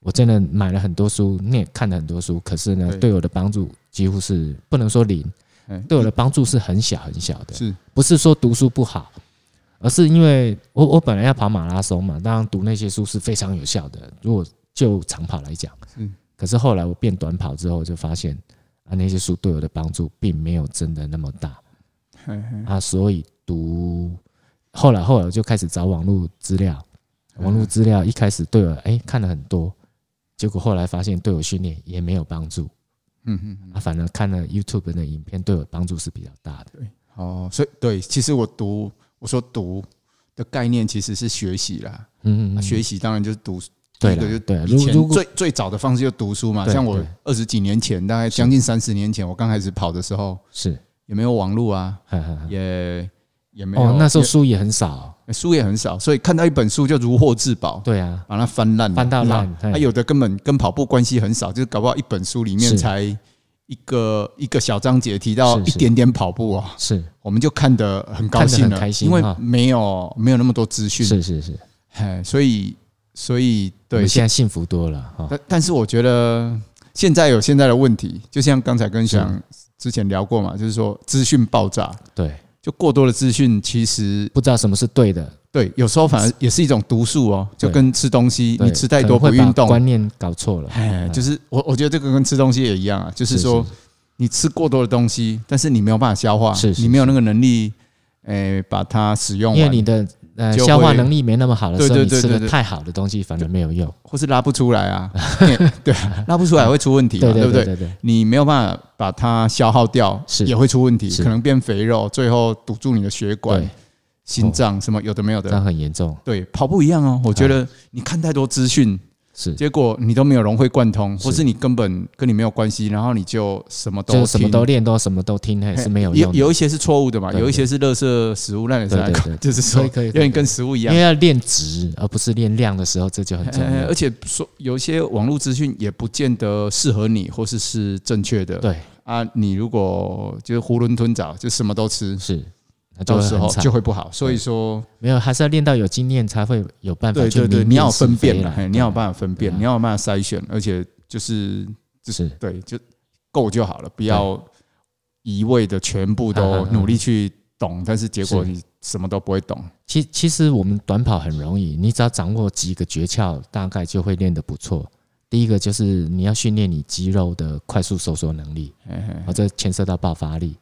[SPEAKER 1] 我真的买了很多书，你也看了很多书，可是呢，
[SPEAKER 2] 对
[SPEAKER 1] 对我的帮助几乎是不能说零，
[SPEAKER 2] 哎
[SPEAKER 1] 对我的帮助是很小很小的，
[SPEAKER 2] 是
[SPEAKER 1] 不是说读书不好，而是因为我我本来要跑马拉松嘛，当然读那些书是非常有效的。如果就长跑来讲，
[SPEAKER 2] 嗯
[SPEAKER 1] 可是后来我变短跑之后，就发现啊，那些书对我的帮助并没有真的那么大
[SPEAKER 2] 嘿嘿
[SPEAKER 1] 啊，所以读后来后来我就开始找网络资料，
[SPEAKER 2] 嗯
[SPEAKER 1] 网络资料一开始对我哎、看了很多，结果后来发现对我训练也没有帮助
[SPEAKER 2] 嗯嗯，
[SPEAKER 1] 啊，反而看了 YouTube 的影片对我帮助是比较大的。
[SPEAKER 2] 哦，所以对，其实我读，我说读的概念其实是学习啦，
[SPEAKER 1] 嗯，嗯
[SPEAKER 2] 啊
[SPEAKER 1] 嗯
[SPEAKER 2] 学习当然就是读书。
[SPEAKER 1] 对
[SPEAKER 2] 第一个
[SPEAKER 1] 了
[SPEAKER 2] 就
[SPEAKER 1] 对啦，
[SPEAKER 2] 以
[SPEAKER 1] 如如
[SPEAKER 2] 前
[SPEAKER 1] 果
[SPEAKER 2] 最最早的方式就读书嘛，
[SPEAKER 1] 对
[SPEAKER 2] 像我
[SPEAKER 1] 对
[SPEAKER 2] 二十几年前，大概将近三十年前，我刚开始跑的时候，
[SPEAKER 1] 是，
[SPEAKER 2] 也没有网络啊，
[SPEAKER 1] 哈哈哈
[SPEAKER 2] 也也没有，
[SPEAKER 1] 哦，那时候书也很少，
[SPEAKER 2] 也书也很少，所以看到一本书就如获至宝，
[SPEAKER 1] 对啊，
[SPEAKER 2] 把它翻烂了，
[SPEAKER 1] 翻到
[SPEAKER 2] 你知道
[SPEAKER 1] 烂嘿
[SPEAKER 2] 它有的根本跟跑步关系很少，就是搞不好一本书里面
[SPEAKER 1] 是
[SPEAKER 2] 才一个一个小章节提到
[SPEAKER 1] 是
[SPEAKER 2] 一
[SPEAKER 1] 是
[SPEAKER 2] 点点跑步哦，
[SPEAKER 1] 是
[SPEAKER 2] 我们就看得很高兴
[SPEAKER 1] 看得很
[SPEAKER 2] 了，
[SPEAKER 1] 开心
[SPEAKER 2] 因为
[SPEAKER 1] 哈
[SPEAKER 2] 没有没有那么多资讯，
[SPEAKER 1] 是是是，
[SPEAKER 2] 嘿，所以所以
[SPEAKER 1] 我
[SPEAKER 2] 对啊
[SPEAKER 1] 们，现在幸福多了哦哈，
[SPEAKER 2] 但但是我觉得现在有现在的问题，就像刚才跟翔之前聊过嘛，就是说资讯爆炸，
[SPEAKER 1] 对，
[SPEAKER 2] 就过多的资讯，其实
[SPEAKER 1] 不知道什么是对的，
[SPEAKER 2] 对有时候反而也是一种毒素哦，就
[SPEAKER 1] 对
[SPEAKER 2] 跟吃东西，
[SPEAKER 1] 对
[SPEAKER 2] 你吃太
[SPEAKER 1] 可
[SPEAKER 2] 多
[SPEAKER 1] 能
[SPEAKER 2] 不
[SPEAKER 1] 会把
[SPEAKER 2] 运动，啊
[SPEAKER 1] 观念搞错了，
[SPEAKER 2] 哎，就是我我觉得这个跟吃东西也一样啊，就是说你吃过多的东西，但是你没有办法消化，
[SPEAKER 1] 是是
[SPEAKER 2] 你没有那个能力，哎，把它使用
[SPEAKER 1] 因为
[SPEAKER 2] 完
[SPEAKER 1] 你，的呃
[SPEAKER 2] 就会
[SPEAKER 1] 消化能力没那么好的时候，
[SPEAKER 2] 对对
[SPEAKER 1] 你
[SPEAKER 2] 对
[SPEAKER 1] 吃
[SPEAKER 2] 对
[SPEAKER 1] 了
[SPEAKER 2] 对
[SPEAKER 1] 太好的东西反而没有用，
[SPEAKER 2] 或是拉不出来 啊，哎对啊，拉不出来会出问题嘛，
[SPEAKER 1] 对
[SPEAKER 2] 对不
[SPEAKER 1] 对
[SPEAKER 2] 对？
[SPEAKER 1] 对对，
[SPEAKER 2] 你没有办法把它消耗掉，
[SPEAKER 1] 是
[SPEAKER 2] 也会出问题，
[SPEAKER 1] 是
[SPEAKER 2] 可能变肥肉，最后堵住你的血管
[SPEAKER 1] 对、哦
[SPEAKER 2] 心脏什么有的没有
[SPEAKER 1] 这
[SPEAKER 2] 的
[SPEAKER 1] 样。哎很严重，
[SPEAKER 2] 对，跑步一样哦。我觉得你看太多资讯，
[SPEAKER 1] 是
[SPEAKER 2] 结果你都没有融会贯通，
[SPEAKER 1] 是
[SPEAKER 2] 或是你根本跟你没有关系，然后你就什么都
[SPEAKER 1] 就是什么
[SPEAKER 2] 听
[SPEAKER 1] 都练都什么都听，还
[SPEAKER 2] 嘿
[SPEAKER 1] 是没有
[SPEAKER 2] 有
[SPEAKER 1] 用的，
[SPEAKER 2] 有一些是错误的嘛，
[SPEAKER 1] 对
[SPEAKER 2] 有一些是垃圾食物，那也是
[SPEAKER 1] 对
[SPEAKER 2] 来
[SPEAKER 1] 对
[SPEAKER 2] 看
[SPEAKER 1] 对
[SPEAKER 2] 就是说
[SPEAKER 1] 可以可以
[SPEAKER 2] 有点跟食物一
[SPEAKER 1] 因
[SPEAKER 2] 样
[SPEAKER 1] 为。要练值而不是练量的时候，这就很重
[SPEAKER 2] 呃
[SPEAKER 1] 要
[SPEAKER 2] 而，且说有一些网络资讯也不见得适合你，或是是正确的。
[SPEAKER 1] 对，
[SPEAKER 2] 啊，你如果就是囫囵吞枣，就什么都吃，
[SPEAKER 1] 是，那就
[SPEAKER 2] 到
[SPEAKER 1] 会
[SPEAKER 2] 时候
[SPEAKER 1] 很惨
[SPEAKER 2] 就会不好。所以说，
[SPEAKER 1] 没有，还是要练到有经验才会有办法
[SPEAKER 2] 对
[SPEAKER 1] 去
[SPEAKER 2] 对对，
[SPEAKER 1] 明
[SPEAKER 2] 你要有
[SPEAKER 1] 辨是
[SPEAKER 2] 分辨
[SPEAKER 1] 非
[SPEAKER 2] 啦
[SPEAKER 1] 啦，
[SPEAKER 2] 嘿
[SPEAKER 1] 对
[SPEAKER 2] 你要有办法分
[SPEAKER 1] 对
[SPEAKER 2] 辨，
[SPEAKER 1] 啊
[SPEAKER 2] 你要有办法筛选，而且就是就
[SPEAKER 1] 是
[SPEAKER 2] 是对，就够就好了，不要一味的全部
[SPEAKER 1] 啊
[SPEAKER 2] 都
[SPEAKER 1] 啊啊
[SPEAKER 2] 努力去懂，但是结果
[SPEAKER 1] 是
[SPEAKER 2] 你什么都不会懂。
[SPEAKER 1] 其其实我们短跑很容易，你只要掌握几个诀窍，大概就会练得不错。第一个就是你要训练你肌肉的快速收缩能力，
[SPEAKER 2] 嘿嘿
[SPEAKER 1] 啊，这牵涉到爆发力。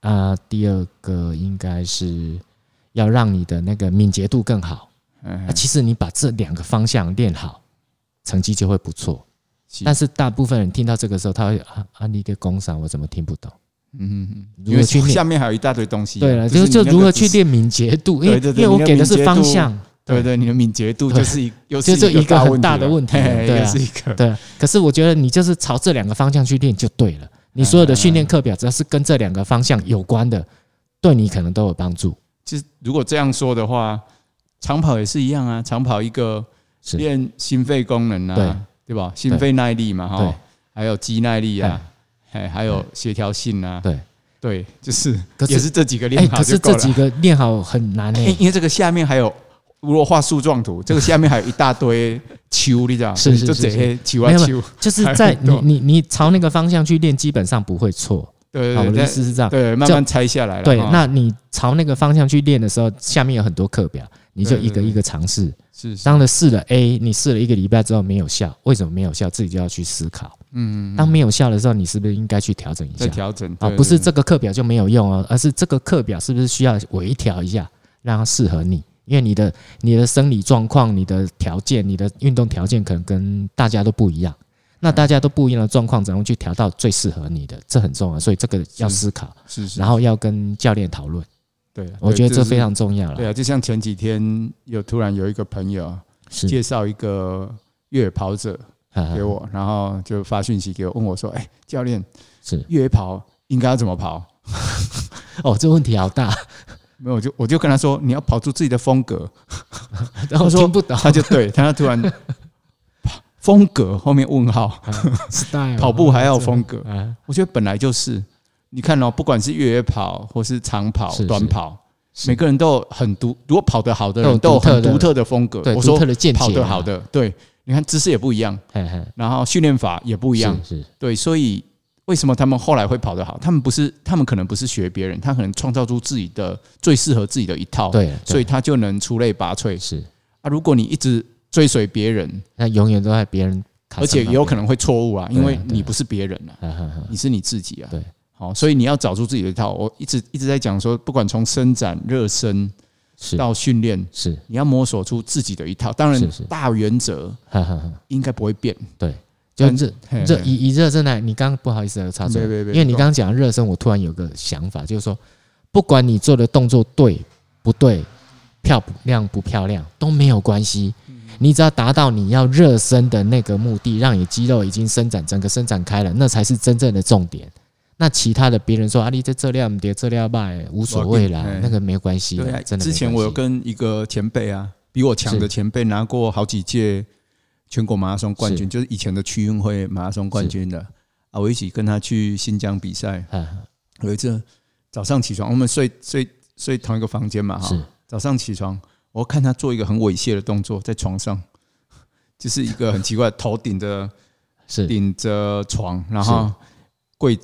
[SPEAKER 1] 啊，第二个应该是要让你的那个敏捷度更好。
[SPEAKER 2] 嘿嘿
[SPEAKER 1] 啊，其实你把这两个方向练好，成绩就会不错。
[SPEAKER 2] 是
[SPEAKER 1] 但是大部分人听到这个时候，他会啊啊，你给工赏我怎么听不懂？
[SPEAKER 2] 嗯嗯，嗯
[SPEAKER 1] 如
[SPEAKER 2] 因为
[SPEAKER 1] 何去练
[SPEAKER 2] 下面还有一大堆东西啊。
[SPEAKER 1] 对了，
[SPEAKER 2] 是
[SPEAKER 1] 就
[SPEAKER 2] 你
[SPEAKER 1] 就
[SPEAKER 2] 那个
[SPEAKER 1] 如何
[SPEAKER 2] 只
[SPEAKER 1] 去
[SPEAKER 2] 是？
[SPEAKER 1] 练敏捷度，因为
[SPEAKER 2] 对对对
[SPEAKER 1] 因为我
[SPEAKER 2] 你的
[SPEAKER 1] 给的
[SPEAKER 2] 敏
[SPEAKER 1] 是
[SPEAKER 2] 捷
[SPEAKER 1] 方
[SPEAKER 2] 度
[SPEAKER 1] 向，
[SPEAKER 2] 对对，你的敏捷度
[SPEAKER 1] 对
[SPEAKER 2] 就是一又
[SPEAKER 1] 就是这一个很大的
[SPEAKER 2] 问
[SPEAKER 1] 问题了
[SPEAKER 2] 嘿嘿
[SPEAKER 1] 对
[SPEAKER 2] 又
[SPEAKER 1] 啊
[SPEAKER 2] 是一个
[SPEAKER 1] 对，可是我觉得你就是朝这两个方向去练就对了。你所
[SPEAKER 2] 哎
[SPEAKER 1] 有的训练课表，只要是跟这两个方向有关的，对你可能都有帮助。
[SPEAKER 2] 就是如果这样说的话，长跑也是一样啊，长跑一个
[SPEAKER 1] 是
[SPEAKER 2] 练心肺功能啊，
[SPEAKER 1] 对
[SPEAKER 2] 对吧？心肺耐力嘛，
[SPEAKER 1] 对
[SPEAKER 2] 哈，还有肌耐力啊，哎，还有协调性啊，
[SPEAKER 1] 对
[SPEAKER 2] 对，就是
[SPEAKER 1] 可是
[SPEAKER 2] 也是这几个
[SPEAKER 1] 哎、
[SPEAKER 2] 练法
[SPEAKER 1] 可
[SPEAKER 2] 就是够
[SPEAKER 1] 这
[SPEAKER 2] 了
[SPEAKER 1] 几。哎个练好很难欸呢、
[SPEAKER 2] 因 因为这个下面还有，如果画树状图，这个下面还有一大堆球，你知道吗？
[SPEAKER 1] 是是
[SPEAKER 2] 就是这
[SPEAKER 1] 是
[SPEAKER 2] 些球啊
[SPEAKER 1] 没有
[SPEAKER 2] 球，
[SPEAKER 1] 就是在
[SPEAKER 2] 还很
[SPEAKER 1] 你
[SPEAKER 2] 多
[SPEAKER 1] 你你朝那个方向去练，基本上不会错。
[SPEAKER 2] 对
[SPEAKER 1] 好，我
[SPEAKER 2] 对
[SPEAKER 1] 的意
[SPEAKER 2] 对，
[SPEAKER 1] 思是这样。
[SPEAKER 2] 对，慢慢拆下来了。
[SPEAKER 1] 啊对，
[SPEAKER 2] 哈
[SPEAKER 1] 那你朝那个方向去练的时候，下面有很多课表，你就
[SPEAKER 2] 对对
[SPEAKER 1] 一个
[SPEAKER 2] 对
[SPEAKER 1] 一个尝试。
[SPEAKER 2] 是是
[SPEAKER 1] 当了试了 A，你试了一个礼拜之后没有效，为什么没有效？自己就要去思考。
[SPEAKER 2] 嗯，嗯嗯
[SPEAKER 1] 当没有效的时候，你是不是应该去调整一
[SPEAKER 2] 在
[SPEAKER 1] 下？
[SPEAKER 2] 调整
[SPEAKER 1] 啊，
[SPEAKER 2] 对
[SPEAKER 1] 不是
[SPEAKER 2] 对
[SPEAKER 1] 这个课表就没有用哦，而是这个课表是不是需要微调一下，让它适合你？因为你的你的生理状况、你的条件、你的运动条件可能跟大家都不一样。
[SPEAKER 2] 嗯
[SPEAKER 1] 那大家都不一样的状况，怎么去调到最适合你的？这很重要，所以这个要思考，
[SPEAKER 2] 是是，
[SPEAKER 1] 然后要跟教练讨论。
[SPEAKER 2] 对，
[SPEAKER 1] 我觉得这
[SPEAKER 2] 是
[SPEAKER 1] 非常重要
[SPEAKER 2] 对
[SPEAKER 1] 了。
[SPEAKER 2] 啊，就像前几天有突然有一个朋友
[SPEAKER 1] 是
[SPEAKER 2] 介绍一个越野跑者
[SPEAKER 1] 嗯啊
[SPEAKER 2] 给我，然后就发讯息给我，问我说：“哎，教练，
[SPEAKER 1] 是
[SPEAKER 2] 越野跑应该要怎么跑
[SPEAKER 1] 哦，这问题好 大，？”
[SPEAKER 2] 没有，我就我就跟他说：“你要跑出自己的风 格。
[SPEAKER 1] 然后
[SPEAKER 2] 说
[SPEAKER 1] 听不懂。
[SPEAKER 2] 他就对，他突然 风格后面问号，
[SPEAKER 1] style
[SPEAKER 2] 跑步还要有风格。
[SPEAKER 1] 啊，
[SPEAKER 2] 我觉得本来就是，你看哦，不管是越野跑或是长跑
[SPEAKER 1] 是、是
[SPEAKER 2] 短跑，
[SPEAKER 1] 是
[SPEAKER 2] 每个人都有很独，如果跑得好的
[SPEAKER 1] 都有
[SPEAKER 2] 人都有
[SPEAKER 1] 独特
[SPEAKER 2] 很
[SPEAKER 1] 的
[SPEAKER 2] 独特的风格。
[SPEAKER 1] 对，
[SPEAKER 2] 我
[SPEAKER 1] 独
[SPEAKER 2] 说
[SPEAKER 1] 特的见解啊，
[SPEAKER 2] 跑得好的，对，你看姿势也不一样。
[SPEAKER 1] 嘿，嘿，
[SPEAKER 2] 然后训练法也不
[SPEAKER 1] 不
[SPEAKER 2] 一样，
[SPEAKER 1] 是
[SPEAKER 2] 对，所以为什么他们后来会跑得好？他们不是，他们可能不是学别人，他可能创造出自己的最适合自己的一套，，
[SPEAKER 1] 对，
[SPEAKER 2] 哦所
[SPEAKER 1] 以
[SPEAKER 2] 以他就能出类拔萃
[SPEAKER 1] 是
[SPEAKER 2] 啊。如果你一直追随别人，
[SPEAKER 1] 那永远都在别人卡上那边，
[SPEAKER 2] 而且也有可能会错误啊，因
[SPEAKER 1] 对
[SPEAKER 2] 为
[SPEAKER 1] 啊对啊
[SPEAKER 2] 你不是别人啊，
[SPEAKER 1] 呵呵呵，
[SPEAKER 2] 你是你自己啊。
[SPEAKER 1] 对，
[SPEAKER 2] 好，所以你要找出自己的一套。我一直一直在讲说，不管从伸展、热身
[SPEAKER 1] 是
[SPEAKER 2] 到训练，
[SPEAKER 1] 是，
[SPEAKER 2] 你要摸索出自己的一套。当
[SPEAKER 1] 是
[SPEAKER 2] 然
[SPEAKER 1] 是，
[SPEAKER 2] 大原则
[SPEAKER 1] 呵呵呵，
[SPEAKER 2] 应该不会变。
[SPEAKER 1] 就
[SPEAKER 2] 但
[SPEAKER 1] 热
[SPEAKER 2] 嘿
[SPEAKER 1] 热
[SPEAKER 2] 嘿
[SPEAKER 1] 以以热身来，你刚刚不好意思插嘴，
[SPEAKER 2] 没没没
[SPEAKER 1] 因为你
[SPEAKER 2] 够
[SPEAKER 1] 刚刚讲热身，我突然有个想法，就是说，不管你做的动作对不对，漂亮不漂亮都没有关系，
[SPEAKER 2] 嗯
[SPEAKER 1] 你只要达到你要热身的那个目的，让你肌肉已经伸展，整个伸展开了，那才是真正的重点。那其他的别人说啊，你这这量跌这量卖无所谓啦
[SPEAKER 2] 没关，系
[SPEAKER 1] 那个没关系啦
[SPEAKER 2] 对啊，
[SPEAKER 1] 真的没关系。
[SPEAKER 2] 之前我有跟一个前辈啊，比我强的前辈拿过好几届全国马拉松冠军，就是以前的区运会马拉松冠军的啊。我一起跟他去新疆比赛，
[SPEAKER 1] 啊，
[SPEAKER 2] 有一次早上起床，我们睡睡睡同一个房间嘛
[SPEAKER 1] 是
[SPEAKER 2] 哈。早上起床，我看他做一个很猥亵的动作，在床上， 就是一个很奇怪，头顶着
[SPEAKER 1] 是
[SPEAKER 2] 顶着床，然后跪，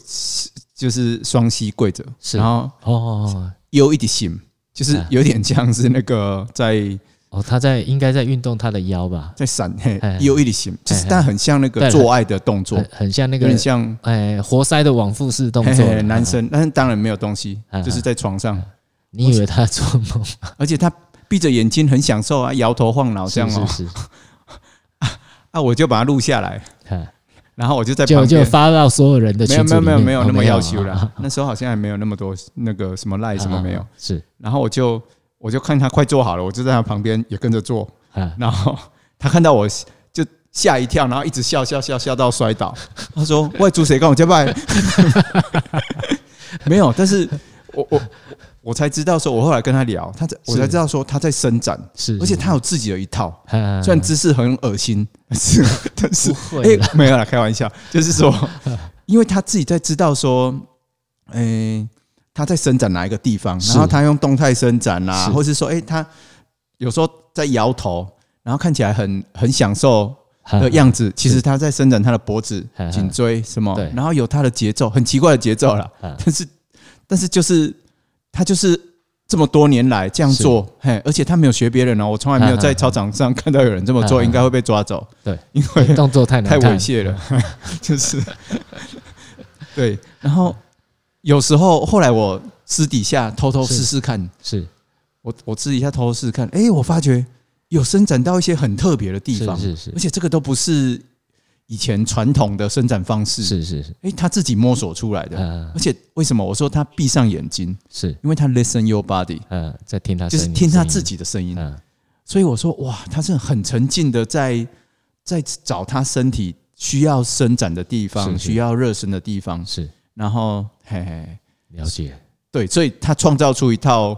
[SPEAKER 2] 就是双膝跪着，
[SPEAKER 1] 是
[SPEAKER 2] 然后
[SPEAKER 1] 哦哦哦
[SPEAKER 2] 有一点心，就是
[SPEAKER 1] 啊
[SPEAKER 2] 有点像是那个在
[SPEAKER 1] 哦，他在应该在运动他的腰吧，
[SPEAKER 2] 在闪，嘿
[SPEAKER 1] 哎，
[SPEAKER 2] 有一点心，就是
[SPEAKER 1] 哎
[SPEAKER 2] 但很像那
[SPEAKER 1] 对
[SPEAKER 2] 个
[SPEAKER 1] 了
[SPEAKER 2] 做爱的动作
[SPEAKER 1] 很，很像那
[SPEAKER 2] 有
[SPEAKER 1] 个
[SPEAKER 2] 点像
[SPEAKER 1] 哎，活塞的往复式动
[SPEAKER 2] 嘿
[SPEAKER 1] 作哎
[SPEAKER 2] 嘿
[SPEAKER 1] 啦，
[SPEAKER 2] 男生，但是当然没有东西
[SPEAKER 1] 啊，
[SPEAKER 2] 就是在床上，
[SPEAKER 1] 你以为他做梦？
[SPEAKER 2] 而且他闭着眼睛很享受啊，摇头晃脑这样哦，
[SPEAKER 1] 是是
[SPEAKER 2] 啊，我就把它录下来，
[SPEAKER 1] 是，啊
[SPEAKER 2] 然后我就在
[SPEAKER 1] 就
[SPEAKER 2] 旁
[SPEAKER 1] 就
[SPEAKER 2] 边。
[SPEAKER 1] 发到所有人的
[SPEAKER 2] 没
[SPEAKER 1] 群
[SPEAKER 2] 有没
[SPEAKER 1] 组
[SPEAKER 2] 有
[SPEAKER 1] 里
[SPEAKER 2] 没有
[SPEAKER 1] 面
[SPEAKER 2] 没有
[SPEAKER 1] 哦
[SPEAKER 2] 那么要
[SPEAKER 1] 啊
[SPEAKER 2] 求
[SPEAKER 1] 啊
[SPEAKER 2] 啦，那时候好像还没有那么多那个什么赖什么没有
[SPEAKER 1] 啊，是
[SPEAKER 2] 然后我就我就看他快做好了，我就在他旁边也跟着做，
[SPEAKER 1] 啊，
[SPEAKER 2] 然后他看到我就吓一跳，然后一直笑笑笑笑到 摔倒。他说：“外祖谁跟我结拜？” 没有，但是我我我才知道说，我后来跟他聊，他在我才知道说他在伸展，
[SPEAKER 1] 是，
[SPEAKER 2] 而且
[SPEAKER 1] 是
[SPEAKER 2] 他有自己的一套，
[SPEAKER 1] 啊
[SPEAKER 2] 虽然姿势很恶心，但是但是
[SPEAKER 1] 不会
[SPEAKER 2] 哎
[SPEAKER 1] 啦，
[SPEAKER 2] 没有啦，开玩笑，就是说， 因为他自己在知道说，哎、他在伸展哪一个地方，
[SPEAKER 1] 是
[SPEAKER 2] 然后他用动态伸展啦、
[SPEAKER 1] 是
[SPEAKER 2] 或是说，哎、他有时候在摇头，然后看起来很很享受
[SPEAKER 1] 啊
[SPEAKER 2] 的样子，其实他在伸展他的脖子
[SPEAKER 1] 啊、
[SPEAKER 2] 颈椎什么
[SPEAKER 1] 对，
[SPEAKER 2] 然后有他的节奏，很奇怪的节奏啦，
[SPEAKER 1] 啊
[SPEAKER 2] 但是但是就是他就是。这么多年来这样
[SPEAKER 1] 是
[SPEAKER 2] 做，嘿，而且他没有学别人哦，我从来没有
[SPEAKER 1] 啊啊
[SPEAKER 2] 在
[SPEAKER 1] 啊
[SPEAKER 2] 操场上看到有人这么
[SPEAKER 1] 啊
[SPEAKER 2] 做，
[SPEAKER 1] 啊
[SPEAKER 2] 应该会被抓走。
[SPEAKER 1] 对，
[SPEAKER 2] 因为
[SPEAKER 1] 动作太难
[SPEAKER 2] 哎太
[SPEAKER 1] 看
[SPEAKER 2] 猥亵了， 就是对。然后有时候后来我私底下偷偷试试看，
[SPEAKER 1] 是
[SPEAKER 2] 我我私底下偷偷试试看，哎，我发觉有伸展到一些很特别的地
[SPEAKER 1] 是
[SPEAKER 2] 方，
[SPEAKER 1] 是是
[SPEAKER 2] 而且这个都不是以前传统的伸展方式，
[SPEAKER 1] 是是是
[SPEAKER 2] 哎，他自己摸索出来的。
[SPEAKER 1] 啊
[SPEAKER 2] 而且为什么我说他闭上眼睛？
[SPEAKER 1] 是
[SPEAKER 2] 因为他 listen your body，
[SPEAKER 1] 啊，在听他
[SPEAKER 2] 就是
[SPEAKER 1] 声音
[SPEAKER 2] 听他
[SPEAKER 1] 声音
[SPEAKER 2] 自己的声音。
[SPEAKER 1] 啊
[SPEAKER 2] 所以我说哇，他是很沉浸的在在找他身体需要伸展的地方，
[SPEAKER 1] 是是
[SPEAKER 2] 需要热身的地方，
[SPEAKER 1] 是
[SPEAKER 2] 然后嘿嘿，
[SPEAKER 1] 了解
[SPEAKER 2] 对，所以他创造出一套，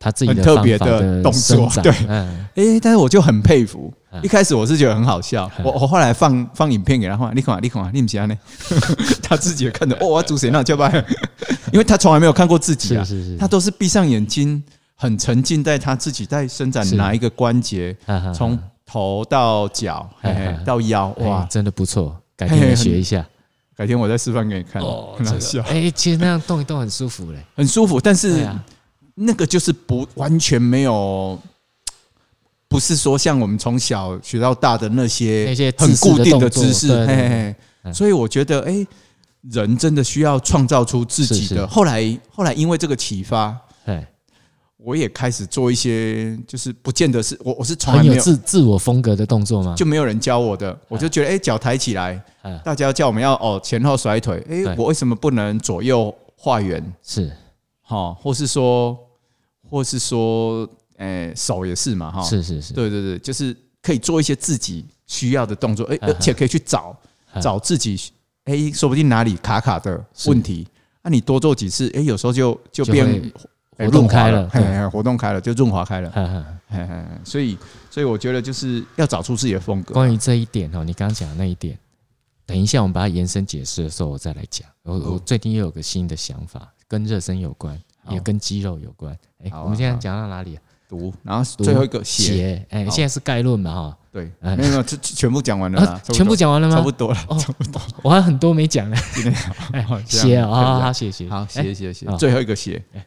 [SPEAKER 1] 他自己
[SPEAKER 2] 很
[SPEAKER 1] 的
[SPEAKER 2] 特
[SPEAKER 1] 方
[SPEAKER 2] 别
[SPEAKER 1] 法
[SPEAKER 2] 的
[SPEAKER 1] 的
[SPEAKER 2] 动
[SPEAKER 1] 伸
[SPEAKER 2] 作
[SPEAKER 1] 展
[SPEAKER 2] 对
[SPEAKER 1] 嗯
[SPEAKER 2] 诶，但是我就很佩服。
[SPEAKER 1] 嗯
[SPEAKER 2] 一开始我是觉得很好笑，我我后来放放影片给他看，你看啊你看啊，你不喜欢呢？ 他自己也看着，哦，我主谁那叫吧， 因为他从来没有看过自己
[SPEAKER 1] 是
[SPEAKER 2] 啊，
[SPEAKER 1] 是是
[SPEAKER 2] 他都是闭上眼睛，很沉浸在他自己在伸展
[SPEAKER 1] 是
[SPEAKER 2] 哪一个关节，
[SPEAKER 1] 啊啊
[SPEAKER 2] 从头到脚，嘿嘿
[SPEAKER 1] 嗯嗯
[SPEAKER 2] 到腰，
[SPEAKER 1] 哇
[SPEAKER 2] 哇，
[SPEAKER 1] 真的不错，改
[SPEAKER 2] 嘿
[SPEAKER 1] 天你
[SPEAKER 2] 很
[SPEAKER 1] 学一下
[SPEAKER 2] 改天我再示范给你看，
[SPEAKER 1] 哦，
[SPEAKER 2] 很
[SPEAKER 1] 这
[SPEAKER 2] 好
[SPEAKER 1] 个
[SPEAKER 2] 笑，
[SPEAKER 1] 哎，其实那样动一动很舒服嘞，
[SPEAKER 2] 很舒服。但
[SPEAKER 1] 对
[SPEAKER 2] 是
[SPEAKER 1] 啊
[SPEAKER 2] 那个就是不完全没有，不是说像我们从小学到大的那些
[SPEAKER 1] 那些
[SPEAKER 2] 很
[SPEAKER 1] 自私
[SPEAKER 2] 固
[SPEAKER 1] 的
[SPEAKER 2] 定
[SPEAKER 1] 动
[SPEAKER 2] 的
[SPEAKER 1] 作
[SPEAKER 2] 姿势
[SPEAKER 1] 对，对
[SPEAKER 2] 嘿
[SPEAKER 1] 对
[SPEAKER 2] 嘿嘿。
[SPEAKER 1] 嗯
[SPEAKER 2] 所以我觉得，哎，人真的需要创造出自己
[SPEAKER 1] 是是
[SPEAKER 2] 的。后来，后来因为这个启发，
[SPEAKER 1] 哎。
[SPEAKER 2] 我也开始做一些，就是不见得是我，我是从来
[SPEAKER 1] 很
[SPEAKER 2] 没
[SPEAKER 1] 有
[SPEAKER 2] 有
[SPEAKER 1] 自嗯自我风格的动作吗？
[SPEAKER 2] 就没有人教我的，我就觉得，哎，脚抬起来，
[SPEAKER 1] 啊，
[SPEAKER 2] 大家叫我们要哦前后甩腿，诶，
[SPEAKER 1] 对
[SPEAKER 2] 我为什么不能左右画圆？
[SPEAKER 1] 是
[SPEAKER 2] 哈、或是说，或是说，诶、手也是嘛，哈、
[SPEAKER 1] 是是是，
[SPEAKER 2] 对对对，就是可以做一些自己需要的动作，诶，
[SPEAKER 1] 嗯
[SPEAKER 2] 而且可以去找
[SPEAKER 1] 嗯
[SPEAKER 2] 找自己，诶，说不定哪里卡卡的
[SPEAKER 1] 是
[SPEAKER 2] 问题，那、你多做几次，诶，有时候就就
[SPEAKER 1] 就
[SPEAKER 2] 变
[SPEAKER 1] 会
[SPEAKER 2] 诶
[SPEAKER 1] 活动
[SPEAKER 2] 润滑
[SPEAKER 1] 开
[SPEAKER 2] 哎了
[SPEAKER 1] 了，
[SPEAKER 2] 嘿啊
[SPEAKER 1] 对
[SPEAKER 2] 嘿活动开了，就润滑开了，
[SPEAKER 1] 哈哈。
[SPEAKER 2] 嘿嘿嘿所以所以我觉得就是要找出自己的风格，
[SPEAKER 1] 关于这一点哦，你刚刚讲的那一点，等一下我们把它延伸解释的时候，我再来讲。我我
[SPEAKER 2] 哦
[SPEAKER 1] 最近又有个新的想法，跟热身有关，
[SPEAKER 2] 好
[SPEAKER 1] 也跟肌肉有关。哎，
[SPEAKER 2] 好啊
[SPEAKER 1] 我们现在讲到哪里啊？
[SPEAKER 2] 读，然后最后一个写，
[SPEAKER 1] 写，哎，
[SPEAKER 2] 好
[SPEAKER 1] 现在是概论嘛哈，
[SPEAKER 2] 对，
[SPEAKER 1] 哎
[SPEAKER 2] 没有没有，这这全部讲完了啦
[SPEAKER 1] 啊，，全部讲完了
[SPEAKER 2] 差
[SPEAKER 1] 吗
[SPEAKER 2] 不？多了，
[SPEAKER 1] 哦，我还很多没讲呢，
[SPEAKER 2] 今天好
[SPEAKER 1] 哎
[SPEAKER 2] 好，这样
[SPEAKER 1] 写啊，
[SPEAKER 2] 可以
[SPEAKER 1] 好
[SPEAKER 2] 了
[SPEAKER 1] 好写写，
[SPEAKER 2] 好
[SPEAKER 1] 哎
[SPEAKER 2] 写写写
[SPEAKER 1] 好，
[SPEAKER 2] 最后一个写
[SPEAKER 1] 哎，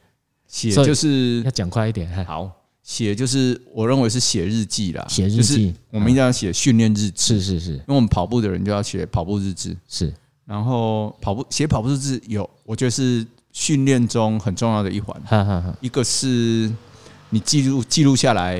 [SPEAKER 2] 写
[SPEAKER 1] 所以
[SPEAKER 2] 就是
[SPEAKER 1] 要讲快一点，哎
[SPEAKER 2] 好写就是我认为是写日记啦，
[SPEAKER 1] 写日
[SPEAKER 2] 就是
[SPEAKER 1] 记，嗯
[SPEAKER 2] 我们一定要写训练日志，
[SPEAKER 1] 是是是
[SPEAKER 2] 因为我们跑步的人就要写跑步日志，
[SPEAKER 1] 是，
[SPEAKER 2] 然后跑步写跑步日志有，我觉得是训练中很重要的一环，
[SPEAKER 1] 哈哈哈，
[SPEAKER 2] 一个是你记录记录下来，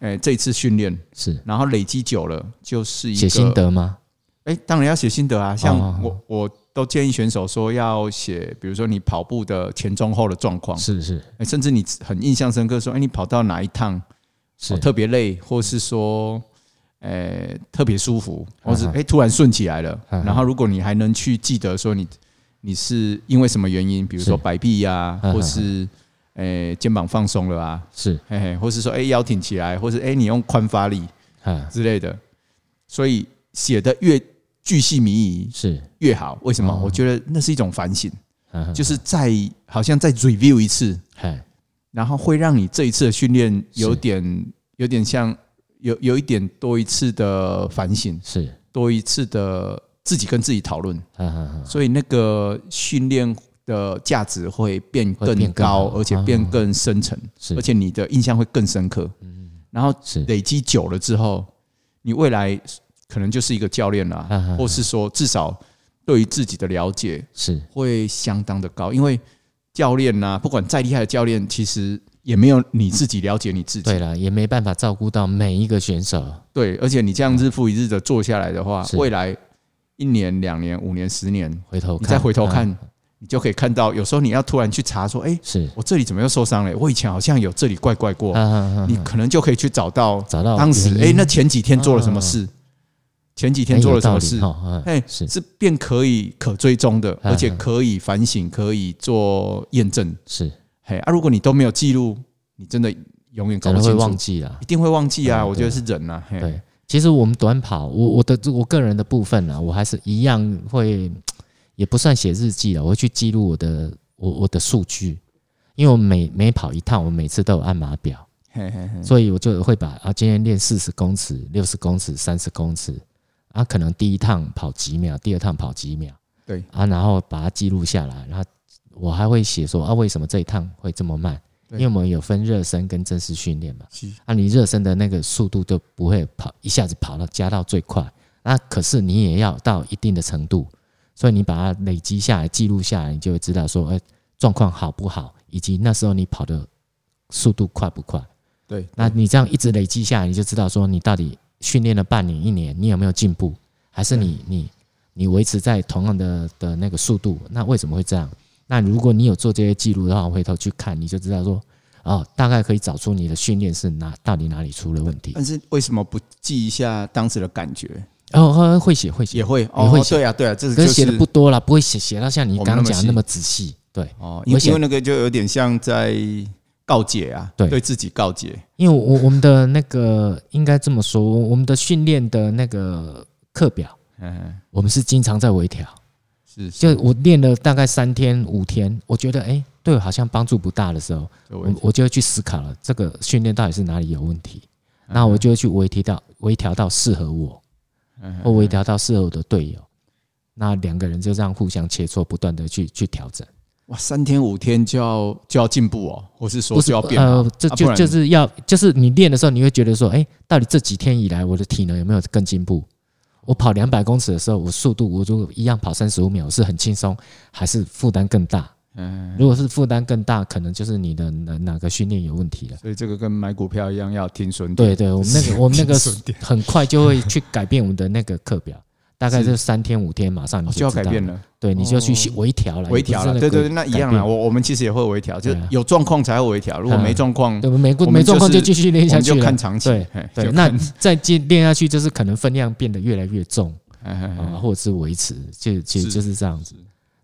[SPEAKER 2] 呃，这一次训练，
[SPEAKER 1] 是
[SPEAKER 2] 然后累积久了就是一个
[SPEAKER 1] 写心，得吗？
[SPEAKER 2] 哎，当然要写心得啊，像
[SPEAKER 1] 哦
[SPEAKER 2] 我我都建议选手说要写，比如说你跑步的前中后的状况，
[SPEAKER 1] 是是
[SPEAKER 2] 哎，甚至你很印象深刻说，哎，你跑到哪一趟哦
[SPEAKER 1] 是，
[SPEAKER 2] 特别累，或是说，呃，特别舒服，或是
[SPEAKER 1] 嗯
[SPEAKER 2] 哎、
[SPEAKER 1] 哼
[SPEAKER 2] 诶突然顺起来了。
[SPEAKER 1] 嗯哼
[SPEAKER 2] 然后，如果你还能去记得说你你是因为什么原因，比如说
[SPEAKER 1] 是
[SPEAKER 2] 摆臂呀，
[SPEAKER 1] 嗯哼
[SPEAKER 2] 或是呃肩膀放松了啊，
[SPEAKER 1] 是，
[SPEAKER 2] 嘿嘿，或是说哎、诶腰挺起来，或是哎、诶你用髋发力
[SPEAKER 1] 啊
[SPEAKER 2] 之类的。所以写的越巨细靡遗
[SPEAKER 1] 是，
[SPEAKER 2] 越好，为什么？
[SPEAKER 1] 哦
[SPEAKER 2] 我觉得那是一种反省，
[SPEAKER 1] 啊
[SPEAKER 2] 就是再好像再 review 一次，
[SPEAKER 1] 哎
[SPEAKER 2] 然后会让你这一次的训练有
[SPEAKER 1] 是
[SPEAKER 2] 点有点像有有一点多一次的反省，
[SPEAKER 1] 是，
[SPEAKER 2] 多一次的自己跟自己讨论，
[SPEAKER 1] 哈哈哈，
[SPEAKER 2] 所以那个训练的价值会变
[SPEAKER 1] 会
[SPEAKER 2] 更
[SPEAKER 1] 变更
[SPEAKER 2] 高
[SPEAKER 1] 好，
[SPEAKER 2] 而且变更深层，
[SPEAKER 1] 是，嗯
[SPEAKER 2] 而且你的印象会更深刻。然后
[SPEAKER 1] 是
[SPEAKER 2] 累积久了之后，你未来可能就是一个教练
[SPEAKER 1] 啊啊
[SPEAKER 2] 啦
[SPEAKER 1] 啊，
[SPEAKER 2] 或是说至少对于自己的了解
[SPEAKER 1] 是
[SPEAKER 2] 会相当的高，因为教练呐、不管再厉害的教练，其实也没有你自己了解你自己。
[SPEAKER 1] 对了，也没办法照顾到每一个选手，
[SPEAKER 2] 对而且你这样日复一日的做下来的话，
[SPEAKER 1] 是
[SPEAKER 2] 未来一年、两年、五年、十年，
[SPEAKER 1] 回头
[SPEAKER 2] 你
[SPEAKER 1] 看，
[SPEAKER 2] 再回头
[SPEAKER 1] 啊
[SPEAKER 2] 看，你就可以看到，有时候你要突然去查说，哎，
[SPEAKER 1] 是，
[SPEAKER 2] 我这里怎么又受伤了？我以前好像有这里怪怪过，
[SPEAKER 1] 啊哈哈，
[SPEAKER 2] 你可能就可以去找到
[SPEAKER 1] 找到
[SPEAKER 2] 当时，
[SPEAKER 1] 原
[SPEAKER 2] 哎，
[SPEAKER 1] 因
[SPEAKER 2] 那前几天做了什么
[SPEAKER 1] 啊
[SPEAKER 2] 事？前几
[SPEAKER 1] 哎
[SPEAKER 2] 天做
[SPEAKER 1] 有
[SPEAKER 2] 了什
[SPEAKER 1] 道
[SPEAKER 2] 么
[SPEAKER 1] 理
[SPEAKER 2] 事？
[SPEAKER 1] 哈嗯
[SPEAKER 2] 哎，
[SPEAKER 1] 是
[SPEAKER 2] 是变可以可追踪的，
[SPEAKER 1] 嗯
[SPEAKER 2] 而且可以反省，可以做验证。
[SPEAKER 1] 是，
[SPEAKER 2] 嘿啊，如果你都没有记录，你真的永远搞
[SPEAKER 1] 可
[SPEAKER 2] 不
[SPEAKER 1] 能会
[SPEAKER 2] 清
[SPEAKER 1] 忘
[SPEAKER 2] 楚，
[SPEAKER 1] 记了
[SPEAKER 2] 一。定会忘记啊！
[SPEAKER 1] 嗯
[SPEAKER 2] 我觉得是人呐，嘿，
[SPEAKER 1] 对，其实我们短跑，我我的我个人的部分啊呢，我还是一样会，也不算写日记了，我会去记录我的我我的数据，因为我每每跑一趟，我每次都有按码表。
[SPEAKER 2] 嘿嘿嘿，
[SPEAKER 1] 所以我就会把啊，今天练四十公尺、六十公尺、三十公尺，啊，可能第一趟跑几秒，第二趟跑几秒，
[SPEAKER 2] 对
[SPEAKER 1] 啊，然后把它记录下来，然后我还会写说啊，为什么这一趟会这么慢？
[SPEAKER 2] 对
[SPEAKER 1] 因为我们有分热身跟正式训练嘛
[SPEAKER 2] 是，
[SPEAKER 1] 啊，你热身的那个速度就不会跑一下子跑到加到最快，那可是你也要到一定的程度，所以你把它累积下来、记录下来，你就会知道说，哎、状况好不好，以及那时候你跑的速度快不快。
[SPEAKER 2] 对，
[SPEAKER 1] 那你这样一直累积下来，你就知道说你到底训练了半年、一年，你有没有进步，还是你你你维持在同样的的那个速度？那为什么会这样？那如果你有做这些记录的话，回头去看，你就知道说哦，大概可以找出你的训练是哪到底哪里出了问题。
[SPEAKER 2] 但是为什么不记一下当时的感觉？
[SPEAKER 1] 哦，会会写会写
[SPEAKER 2] 呃也，会，
[SPEAKER 1] 也会
[SPEAKER 2] 哦，
[SPEAKER 1] 写
[SPEAKER 2] 对啊，对啊，这
[SPEAKER 1] 可
[SPEAKER 2] 就是
[SPEAKER 1] 写的
[SPEAKER 2] 是
[SPEAKER 1] 不多啦，不会写写到像你
[SPEAKER 2] 我们
[SPEAKER 1] 刚刚
[SPEAKER 2] 那么
[SPEAKER 1] 讲
[SPEAKER 2] 细
[SPEAKER 1] 的那么仔细。对，
[SPEAKER 2] 哦，因为
[SPEAKER 1] 我写
[SPEAKER 2] 因为那个就有点像在告解啊，
[SPEAKER 1] 对
[SPEAKER 2] 对自己告解，
[SPEAKER 1] 因为我我们的那个应该这么说，我们的训练的那个课表，
[SPEAKER 2] 嗯，
[SPEAKER 1] 我们是经常在微调。
[SPEAKER 2] 是，
[SPEAKER 1] 就我练了大概三天五天，我觉得哎、诶对我好像帮助不大的时候，
[SPEAKER 2] 就
[SPEAKER 1] 我我就会去思考了，这个训练到底是哪里有问题，那我就会去微调到微调到适合我，或微调到适合我的队友，那两个人就这样互相切磋，不断的去去调整，
[SPEAKER 2] 哇，三天五天就要就要进步哦，或是说
[SPEAKER 1] 不是
[SPEAKER 2] 就要变好，
[SPEAKER 1] 呃，这
[SPEAKER 2] 啊不
[SPEAKER 1] 就
[SPEAKER 2] 然
[SPEAKER 1] 就是要就是你练的时候，你会觉得说，哎、到底这几天以来我的体能有没有更进步？我跑两百公尺的时候，我速度我如果一样跑三十五秒，我是很轻松，还是负担更大？
[SPEAKER 2] 嗯，
[SPEAKER 1] 如果是负担更大，可能就是你的哪哪个训练有问题了。
[SPEAKER 2] 所以这个跟买股票一样要停损点，
[SPEAKER 1] 对对，我们那个我们那个
[SPEAKER 2] 停损点
[SPEAKER 1] 很快就会去改变我们的那个课表，大概就三天五天，马上你
[SPEAKER 2] 哦就要
[SPEAKER 1] 知道
[SPEAKER 2] 改变，了。
[SPEAKER 1] 对，你就去
[SPEAKER 2] 哦
[SPEAKER 1] 微调了，
[SPEAKER 2] 微调
[SPEAKER 1] 了
[SPEAKER 2] 了，，对对对，那一样
[SPEAKER 1] 了
[SPEAKER 2] 啦。。我我们其实也会微调，就
[SPEAKER 1] 对啊
[SPEAKER 2] 有状况才会微调，如果没状况，
[SPEAKER 1] 对，没
[SPEAKER 2] 我们
[SPEAKER 1] 没状况
[SPEAKER 2] 就
[SPEAKER 1] 就是继续练
[SPEAKER 2] 我
[SPEAKER 1] 下
[SPEAKER 2] 们
[SPEAKER 1] 去
[SPEAKER 2] 就看
[SPEAKER 1] 了。
[SPEAKER 2] 长期。
[SPEAKER 1] 对
[SPEAKER 2] 嘿
[SPEAKER 1] 对，
[SPEAKER 2] 就
[SPEAKER 1] 那
[SPEAKER 2] 看
[SPEAKER 1] 再接练下去，就是可能分量变得越来越重
[SPEAKER 2] 哎哎哎
[SPEAKER 1] 啊，或者是维持，就其实
[SPEAKER 2] 是
[SPEAKER 1] 就是这样子。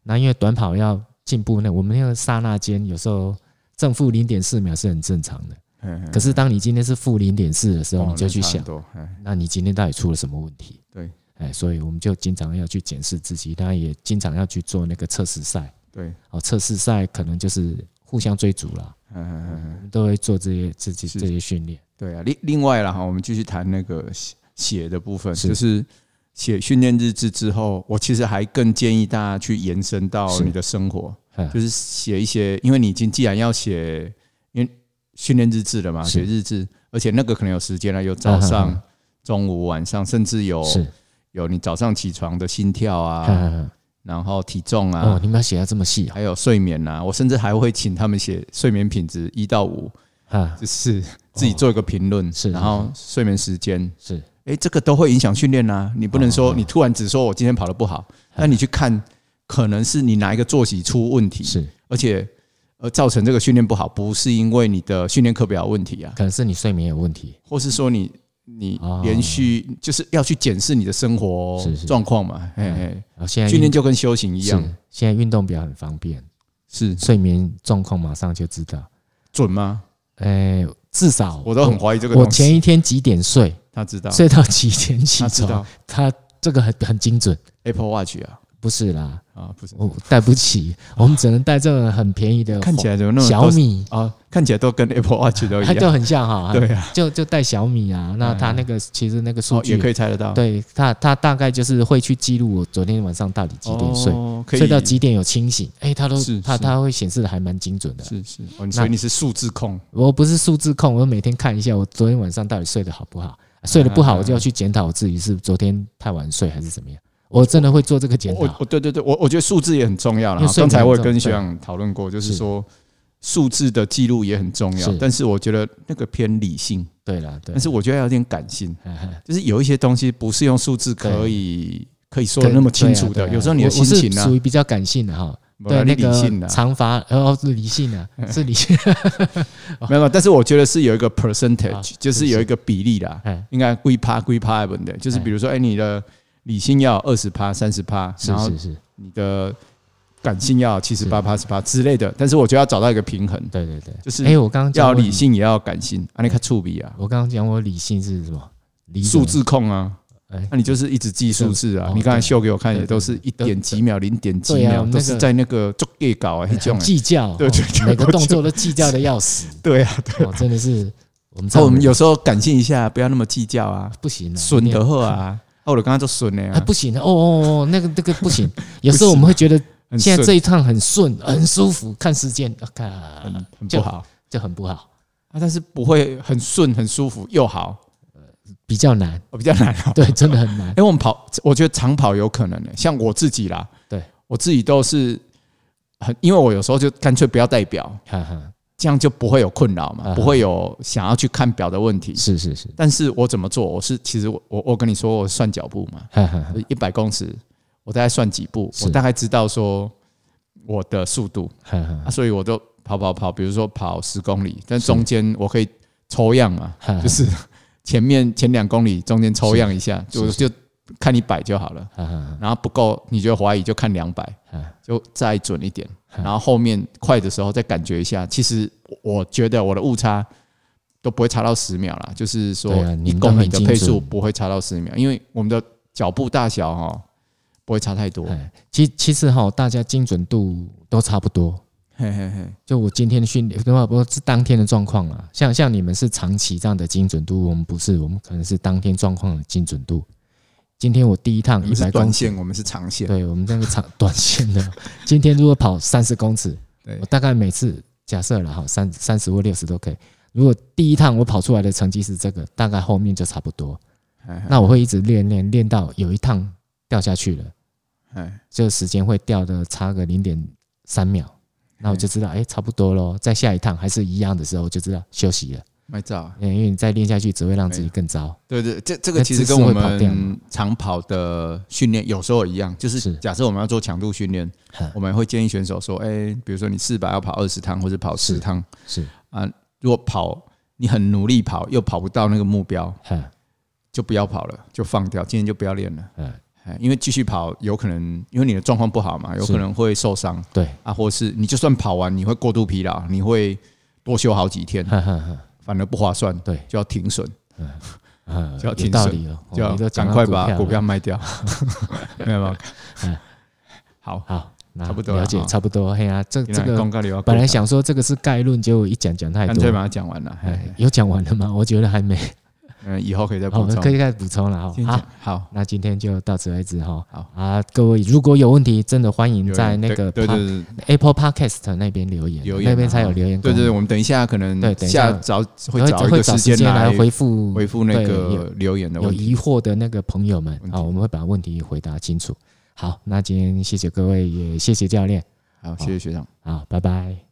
[SPEAKER 1] 那因为短跑要进步，那我们那个刹那间有时候正负零点四秒是很正常的。
[SPEAKER 2] 哎
[SPEAKER 1] 可是当你今天是负零点四的时候，
[SPEAKER 2] 哦
[SPEAKER 1] 你就去
[SPEAKER 2] 那差
[SPEAKER 1] 想
[SPEAKER 2] 很，多哎
[SPEAKER 1] 那你今天到底出了什么问题？
[SPEAKER 2] 对，
[SPEAKER 1] 哎，所以我们就经常要去检视自己，当然也经常要去做那个测试赛。
[SPEAKER 2] 对
[SPEAKER 1] 哦，测试赛可能就是互相追逐啦，
[SPEAKER 2] 嗯嗯嗯
[SPEAKER 1] 我，们都会做这些这些
[SPEAKER 2] 是
[SPEAKER 1] 这些训练。
[SPEAKER 2] 对啊。另另外了哈，我们继续谈那个写写的部分，
[SPEAKER 1] 是
[SPEAKER 2] 就是写训练日志之后，我其实还更建议大家去延伸到
[SPEAKER 1] 是
[SPEAKER 2] 你的生活，
[SPEAKER 1] 嗯
[SPEAKER 2] 就是写一些，因为你已经既然要写，因为训练日志了嘛，
[SPEAKER 1] 是
[SPEAKER 2] 写日志，而且那个可能有时间了，有早上、
[SPEAKER 1] 嗯嗯嗯
[SPEAKER 2] 中午、晚上，甚至有
[SPEAKER 1] 是，
[SPEAKER 2] 有你早上起床的心跳啊，
[SPEAKER 1] 嗯嗯
[SPEAKER 2] 然后体重
[SPEAKER 1] 嗯哦
[SPEAKER 2] 啊，，
[SPEAKER 1] 你们要写到这么细啊？
[SPEAKER 2] 还有睡眠啊，我甚至还会请他们写睡眠品质一到五，
[SPEAKER 1] 啊，
[SPEAKER 2] 就是自己做一个评论，
[SPEAKER 1] 哦是
[SPEAKER 2] 然后睡眠时间，
[SPEAKER 1] 是
[SPEAKER 2] 哎，这个都会影响训练啊。你不能
[SPEAKER 1] 哦
[SPEAKER 2] 说你突然只说我今天跑得不
[SPEAKER 1] 嗯
[SPEAKER 2] 好，那你去看，可能是你哪一个作息出问题，
[SPEAKER 1] 是，
[SPEAKER 2] 而且呃造成这个训练不好，不是因为你的训练课表有问题啊，
[SPEAKER 1] 可能是你睡眠有问题。
[SPEAKER 2] 或是说你你
[SPEAKER 1] 哦
[SPEAKER 2] 连续就是要去检视你的生活
[SPEAKER 1] 是是嗯
[SPEAKER 2] 状况嘛，哎
[SPEAKER 1] 然后现
[SPEAKER 2] 哎，
[SPEAKER 1] 在
[SPEAKER 2] 训练
[SPEAKER 1] 运
[SPEAKER 2] 就跟修行一样，
[SPEAKER 1] 是现在运动表很方便，
[SPEAKER 2] 是
[SPEAKER 1] 睡眠状况马上就知道。
[SPEAKER 2] 准吗？
[SPEAKER 1] 哎，至少
[SPEAKER 2] 我都很怀疑这个
[SPEAKER 1] 哦我
[SPEAKER 2] 东西。
[SPEAKER 1] 前一天几点睡，
[SPEAKER 2] 他知道，
[SPEAKER 1] 睡到几点起
[SPEAKER 2] 他知
[SPEAKER 1] 床
[SPEAKER 2] 道，
[SPEAKER 1] 他这个很很精准。
[SPEAKER 2] Apple Watch 啊
[SPEAKER 1] 不是啦，
[SPEAKER 2] 啊，不是，
[SPEAKER 1] 我带不起， 我们只能带这种很便宜的
[SPEAKER 2] 看起来怎么那么
[SPEAKER 1] 小
[SPEAKER 2] 都是
[SPEAKER 1] 米，
[SPEAKER 2] 啊，看起来都跟 Apple Watch 都一
[SPEAKER 1] 它就
[SPEAKER 2] 样，
[SPEAKER 1] 很像哈，
[SPEAKER 2] 对啊，
[SPEAKER 1] 就就带小米啊，那
[SPEAKER 2] 嗯
[SPEAKER 1] 它那个其实那个数
[SPEAKER 2] 哦也
[SPEAKER 1] 据
[SPEAKER 2] 可，以猜得到，
[SPEAKER 1] 对它它大概就是会去记录我昨天晚上到底几点睡，
[SPEAKER 2] 哦可以
[SPEAKER 1] 睡到几点有清醒，哎，它都
[SPEAKER 2] 是
[SPEAKER 1] 它
[SPEAKER 2] 是
[SPEAKER 1] 它会显示的还蛮精准的。
[SPEAKER 2] 是是，哦，你所以你是数字控，
[SPEAKER 1] 我不是数字控，我每天看一下我昨天晚上到底睡得好不好，睡得不好
[SPEAKER 2] 嗯嗯
[SPEAKER 1] 我就要去检讨我自己是昨天太晚睡还是怎么样，我真的会做这个检
[SPEAKER 2] 我
[SPEAKER 1] 讨。
[SPEAKER 2] 我对对对，我我觉得数字也很重要
[SPEAKER 1] 因
[SPEAKER 2] 啦。
[SPEAKER 1] 为睡
[SPEAKER 2] 刚才
[SPEAKER 1] 眠
[SPEAKER 2] 我
[SPEAKER 1] 很
[SPEAKER 2] 也跟
[SPEAKER 1] 重
[SPEAKER 2] 学
[SPEAKER 1] 要
[SPEAKER 2] 长讨论过，就是
[SPEAKER 1] 是
[SPEAKER 2] 说数字的记录也很重要，
[SPEAKER 1] 是
[SPEAKER 2] 但是我觉得那个偏理性，
[SPEAKER 1] 对啦，对哎
[SPEAKER 2] 但，是我觉得要有点感性，就是有一些东西不是用数字可以可以说的那么清楚
[SPEAKER 1] 对啊
[SPEAKER 2] 的，
[SPEAKER 1] 对啊
[SPEAKER 2] 有时候你的
[SPEAKER 1] 我
[SPEAKER 2] 心情
[SPEAKER 1] 我
[SPEAKER 2] 啊
[SPEAKER 1] 是属，于比较感性的哈，
[SPEAKER 2] 没
[SPEAKER 1] 对
[SPEAKER 2] 有你
[SPEAKER 1] 那
[SPEAKER 2] 理性
[SPEAKER 1] 个
[SPEAKER 2] 的，啊
[SPEAKER 1] 长发，哦，是理性 的，是理性，
[SPEAKER 2] 没有，没有但是我觉得是有一个
[SPEAKER 1] 啊
[SPEAKER 2] percentage，就是有一个比例啦。
[SPEAKER 1] 哎，
[SPEAKER 2] 应该归趴归趴的问题，就是比如说，哎、你的理性要二十趴、三十趴，
[SPEAKER 1] 是
[SPEAKER 2] 然后
[SPEAKER 1] 是是，
[SPEAKER 2] 你的感性要七十八趴、十趴之类的。但是我觉得要找到一个平衡，
[SPEAKER 1] 对对对，
[SPEAKER 2] 就是
[SPEAKER 1] 哎，我刚刚讲
[SPEAKER 2] 要
[SPEAKER 1] 我
[SPEAKER 2] 理，性也要感性。啊，你看触笔啊，
[SPEAKER 1] 我刚刚讲我理性是什么？理
[SPEAKER 2] 数字控啊，那、
[SPEAKER 1] 哎
[SPEAKER 2] 你就是一直记数字啊。
[SPEAKER 1] 哦
[SPEAKER 2] 你刚才秀给我看，
[SPEAKER 1] 对
[SPEAKER 2] 也都是一
[SPEAKER 1] 对对
[SPEAKER 2] 点几秒、零点几
[SPEAKER 1] 对啊
[SPEAKER 2] 秒，
[SPEAKER 1] 我们
[SPEAKER 2] 都
[SPEAKER 1] 那
[SPEAKER 2] 是
[SPEAKER 1] 个
[SPEAKER 2] 在那个作业搞啊，一种
[SPEAKER 1] 很
[SPEAKER 2] 的。
[SPEAKER 1] 计较，
[SPEAKER 2] 对
[SPEAKER 1] 哦
[SPEAKER 2] 对对
[SPEAKER 1] 每个
[SPEAKER 2] 我
[SPEAKER 1] 动
[SPEAKER 2] 就
[SPEAKER 1] 作都计较的要死，
[SPEAKER 2] 对 啊，
[SPEAKER 1] 哦，真的是我们这
[SPEAKER 2] 所哦以我
[SPEAKER 1] 种
[SPEAKER 2] 们
[SPEAKER 1] 人
[SPEAKER 2] 有时候感性一下，不要那么计较啊，
[SPEAKER 1] 不行啊，
[SPEAKER 2] 损
[SPEAKER 1] 你
[SPEAKER 2] 的话啊，啊，我刚刚就损了
[SPEAKER 1] 啊，
[SPEAKER 2] 啊，
[SPEAKER 1] 不行，哦哦哦，那个那个不 行。有时候我们会觉得
[SPEAKER 2] 很
[SPEAKER 1] 现在
[SPEAKER 2] 顺
[SPEAKER 1] 这一趟很顺，很舒服，看时间，啊看
[SPEAKER 2] 很很
[SPEAKER 1] 就
[SPEAKER 2] 不好。
[SPEAKER 1] 就很不好，
[SPEAKER 2] 啊，但是不会很顺、很舒服又好，
[SPEAKER 1] 比较难，
[SPEAKER 2] 哦、比较难哦。
[SPEAKER 1] 对，真的很难
[SPEAKER 2] 哎、。我们跑，我觉得长跑有可能呢、像我自己啦，
[SPEAKER 1] 对
[SPEAKER 2] 我自己都是很，因为我有时候就干脆不要带表，
[SPEAKER 1] 哈哈，
[SPEAKER 2] 这样就不会有困扰嘛，
[SPEAKER 1] 啊哈
[SPEAKER 2] 不会有想要去看表的问题。
[SPEAKER 1] 是是是，
[SPEAKER 2] 但是我怎么做？我是其实我我我跟你说，我算脚步嘛，
[SPEAKER 1] 哈啊哈哈
[SPEAKER 2] 一百公尺，我大概算几步，
[SPEAKER 1] 是
[SPEAKER 2] 我大概知道说我的速度，
[SPEAKER 1] 哈
[SPEAKER 2] 啊，
[SPEAKER 1] 哈
[SPEAKER 2] 所以我都跑跑跑，比如说跑十公里，但中间我可以抽样嘛，
[SPEAKER 1] 哈，
[SPEAKER 2] 就是 是前面前两公里中间抽样一下，
[SPEAKER 1] 是啊
[SPEAKER 2] 就是就看一百就好了。
[SPEAKER 1] 哈哈
[SPEAKER 2] 然后不够你觉得怀疑就看两百，
[SPEAKER 1] 哈，
[SPEAKER 2] 就再准一点。
[SPEAKER 1] 嗯
[SPEAKER 2] 然后后面快的时候再感觉一下。其实我我觉得我的误差都不会差到十秒啦，就是说
[SPEAKER 1] 对啊你
[SPEAKER 2] 一
[SPEAKER 1] 们都
[SPEAKER 2] 公里
[SPEAKER 1] 很
[SPEAKER 2] 的
[SPEAKER 1] 精
[SPEAKER 2] 配速
[SPEAKER 1] 准
[SPEAKER 2] 不会差到十秒，因为我们的脚步大小哦不会差太多。
[SPEAKER 1] 哎，其其实哈，大家精准度都差不多。
[SPEAKER 2] 嘿嘿嘿，
[SPEAKER 1] 就我今天的训练，的话，不过是当天的状况啊。像像你们是长期这样的精准度，我们不是，我们可能是当天状况的精准度。今天我第一趟
[SPEAKER 2] 你
[SPEAKER 1] 一
[SPEAKER 2] 们是
[SPEAKER 1] 百
[SPEAKER 2] 短
[SPEAKER 1] 公尺
[SPEAKER 2] 线，，我们是长线。
[SPEAKER 1] 对我们那个长短线的，今天如果跑三十公尺
[SPEAKER 2] 对，
[SPEAKER 1] 我大概每次假设了哈，三三十或六十都可以。如果第一趟我跑出来的成绩是这个，大概后面就差不多。
[SPEAKER 2] 嘿嘿
[SPEAKER 1] 那我会一直练练练到有一趟掉下去了，
[SPEAKER 2] 嘿
[SPEAKER 1] 这个时间会掉的差个零点三秒，那我就知道
[SPEAKER 2] 嗯
[SPEAKER 1] 哎、差不多咯。在下一趟还是一样的时候，我就知道休息了，
[SPEAKER 2] 卖照。
[SPEAKER 1] 因为你再练下去只会让
[SPEAKER 2] 哎
[SPEAKER 1] 自己更糟。
[SPEAKER 2] 对对，这这
[SPEAKER 1] 那
[SPEAKER 2] 个其实
[SPEAKER 1] 姿势
[SPEAKER 2] 跟
[SPEAKER 1] 会
[SPEAKER 2] 我
[SPEAKER 1] 跑掉吗
[SPEAKER 2] 们长跑的训练有时候一样，就是
[SPEAKER 1] 是
[SPEAKER 2] 假设我们要做强度训练
[SPEAKER 1] 哈，
[SPEAKER 2] 我们会建议选手说，哎，比如说你四百要跑二十趟或者跑
[SPEAKER 1] 是
[SPEAKER 2] 十趟，
[SPEAKER 1] 是，
[SPEAKER 2] 如果跑你很努力跑又跑不到那个目标，
[SPEAKER 1] 哈，
[SPEAKER 2] 就不要跑了，就放掉，今天就不要练了。
[SPEAKER 1] 嗯，
[SPEAKER 2] 哎因为继续跑有可能因为你的状况不好嘛，有
[SPEAKER 1] 是
[SPEAKER 2] 可能会受伤
[SPEAKER 1] 对，
[SPEAKER 2] 啊，或是你就算跑完你会过度疲劳，你会多休好几天，
[SPEAKER 1] 哈哈哈，
[SPEAKER 2] 反而不划算，
[SPEAKER 1] 对，
[SPEAKER 2] 就要停损。
[SPEAKER 1] 啊
[SPEAKER 2] 就要
[SPEAKER 1] 有
[SPEAKER 2] 停
[SPEAKER 1] 道
[SPEAKER 2] 损
[SPEAKER 1] 理哦，哦
[SPEAKER 2] 就要
[SPEAKER 1] 你都讲
[SPEAKER 2] 赶
[SPEAKER 1] 到
[SPEAKER 2] 快把
[SPEAKER 1] 股
[SPEAKER 2] 股
[SPEAKER 1] 票
[SPEAKER 2] 票
[SPEAKER 1] 了
[SPEAKER 2] 卖掉，没有没有
[SPEAKER 1] 嗯。
[SPEAKER 2] 好，
[SPEAKER 1] 好，那
[SPEAKER 2] 差不多了啊
[SPEAKER 1] 了解
[SPEAKER 2] 哈
[SPEAKER 1] 差不多。嘿啊，这这
[SPEAKER 2] 原来
[SPEAKER 1] 个
[SPEAKER 2] 公告里要
[SPEAKER 1] 本来想说这个是概论，结果一讲讲太
[SPEAKER 2] 干
[SPEAKER 1] 多
[SPEAKER 2] 脆。把它讲完了，嘿
[SPEAKER 1] 哎，有讲完了吗？我觉得还没，
[SPEAKER 2] 嗯，以后可以再
[SPEAKER 1] 好
[SPEAKER 2] 补，充。
[SPEAKER 1] 可以啊再补充了
[SPEAKER 2] 先
[SPEAKER 1] 哈。
[SPEAKER 2] 讲
[SPEAKER 1] 好，
[SPEAKER 2] 好，
[SPEAKER 1] 那今天就到此为止哈。
[SPEAKER 2] 好
[SPEAKER 1] 啊，各位如果有问题，真的欢迎
[SPEAKER 2] 有
[SPEAKER 1] 在
[SPEAKER 2] 人
[SPEAKER 1] 那
[SPEAKER 2] 对
[SPEAKER 1] 个
[SPEAKER 2] 对
[SPEAKER 1] pod-
[SPEAKER 2] 对对
[SPEAKER 1] Apple Podcast 那边留言，
[SPEAKER 2] 留言
[SPEAKER 1] 那边
[SPEAKER 2] 嘛
[SPEAKER 1] 才
[SPEAKER 2] 哈
[SPEAKER 1] 有留言功
[SPEAKER 2] 对
[SPEAKER 1] 能。
[SPEAKER 2] 对，我们等一下可能
[SPEAKER 1] 对等一下
[SPEAKER 2] 下找会
[SPEAKER 1] 会
[SPEAKER 2] 找一
[SPEAKER 1] 会
[SPEAKER 2] 个
[SPEAKER 1] 找
[SPEAKER 2] 时
[SPEAKER 1] 时间
[SPEAKER 2] 来
[SPEAKER 1] 回复
[SPEAKER 2] 回复那
[SPEAKER 1] 对
[SPEAKER 2] 个留言的
[SPEAKER 1] 有
[SPEAKER 2] 问题。
[SPEAKER 1] 疑惑的那个朋友们
[SPEAKER 2] 问
[SPEAKER 1] 啊，
[SPEAKER 2] 题
[SPEAKER 1] 我们会把问题回答清楚。好，那今天谢谢各位，也谢谢教练，
[SPEAKER 2] 好，谢谢学长。
[SPEAKER 1] 好，拜拜。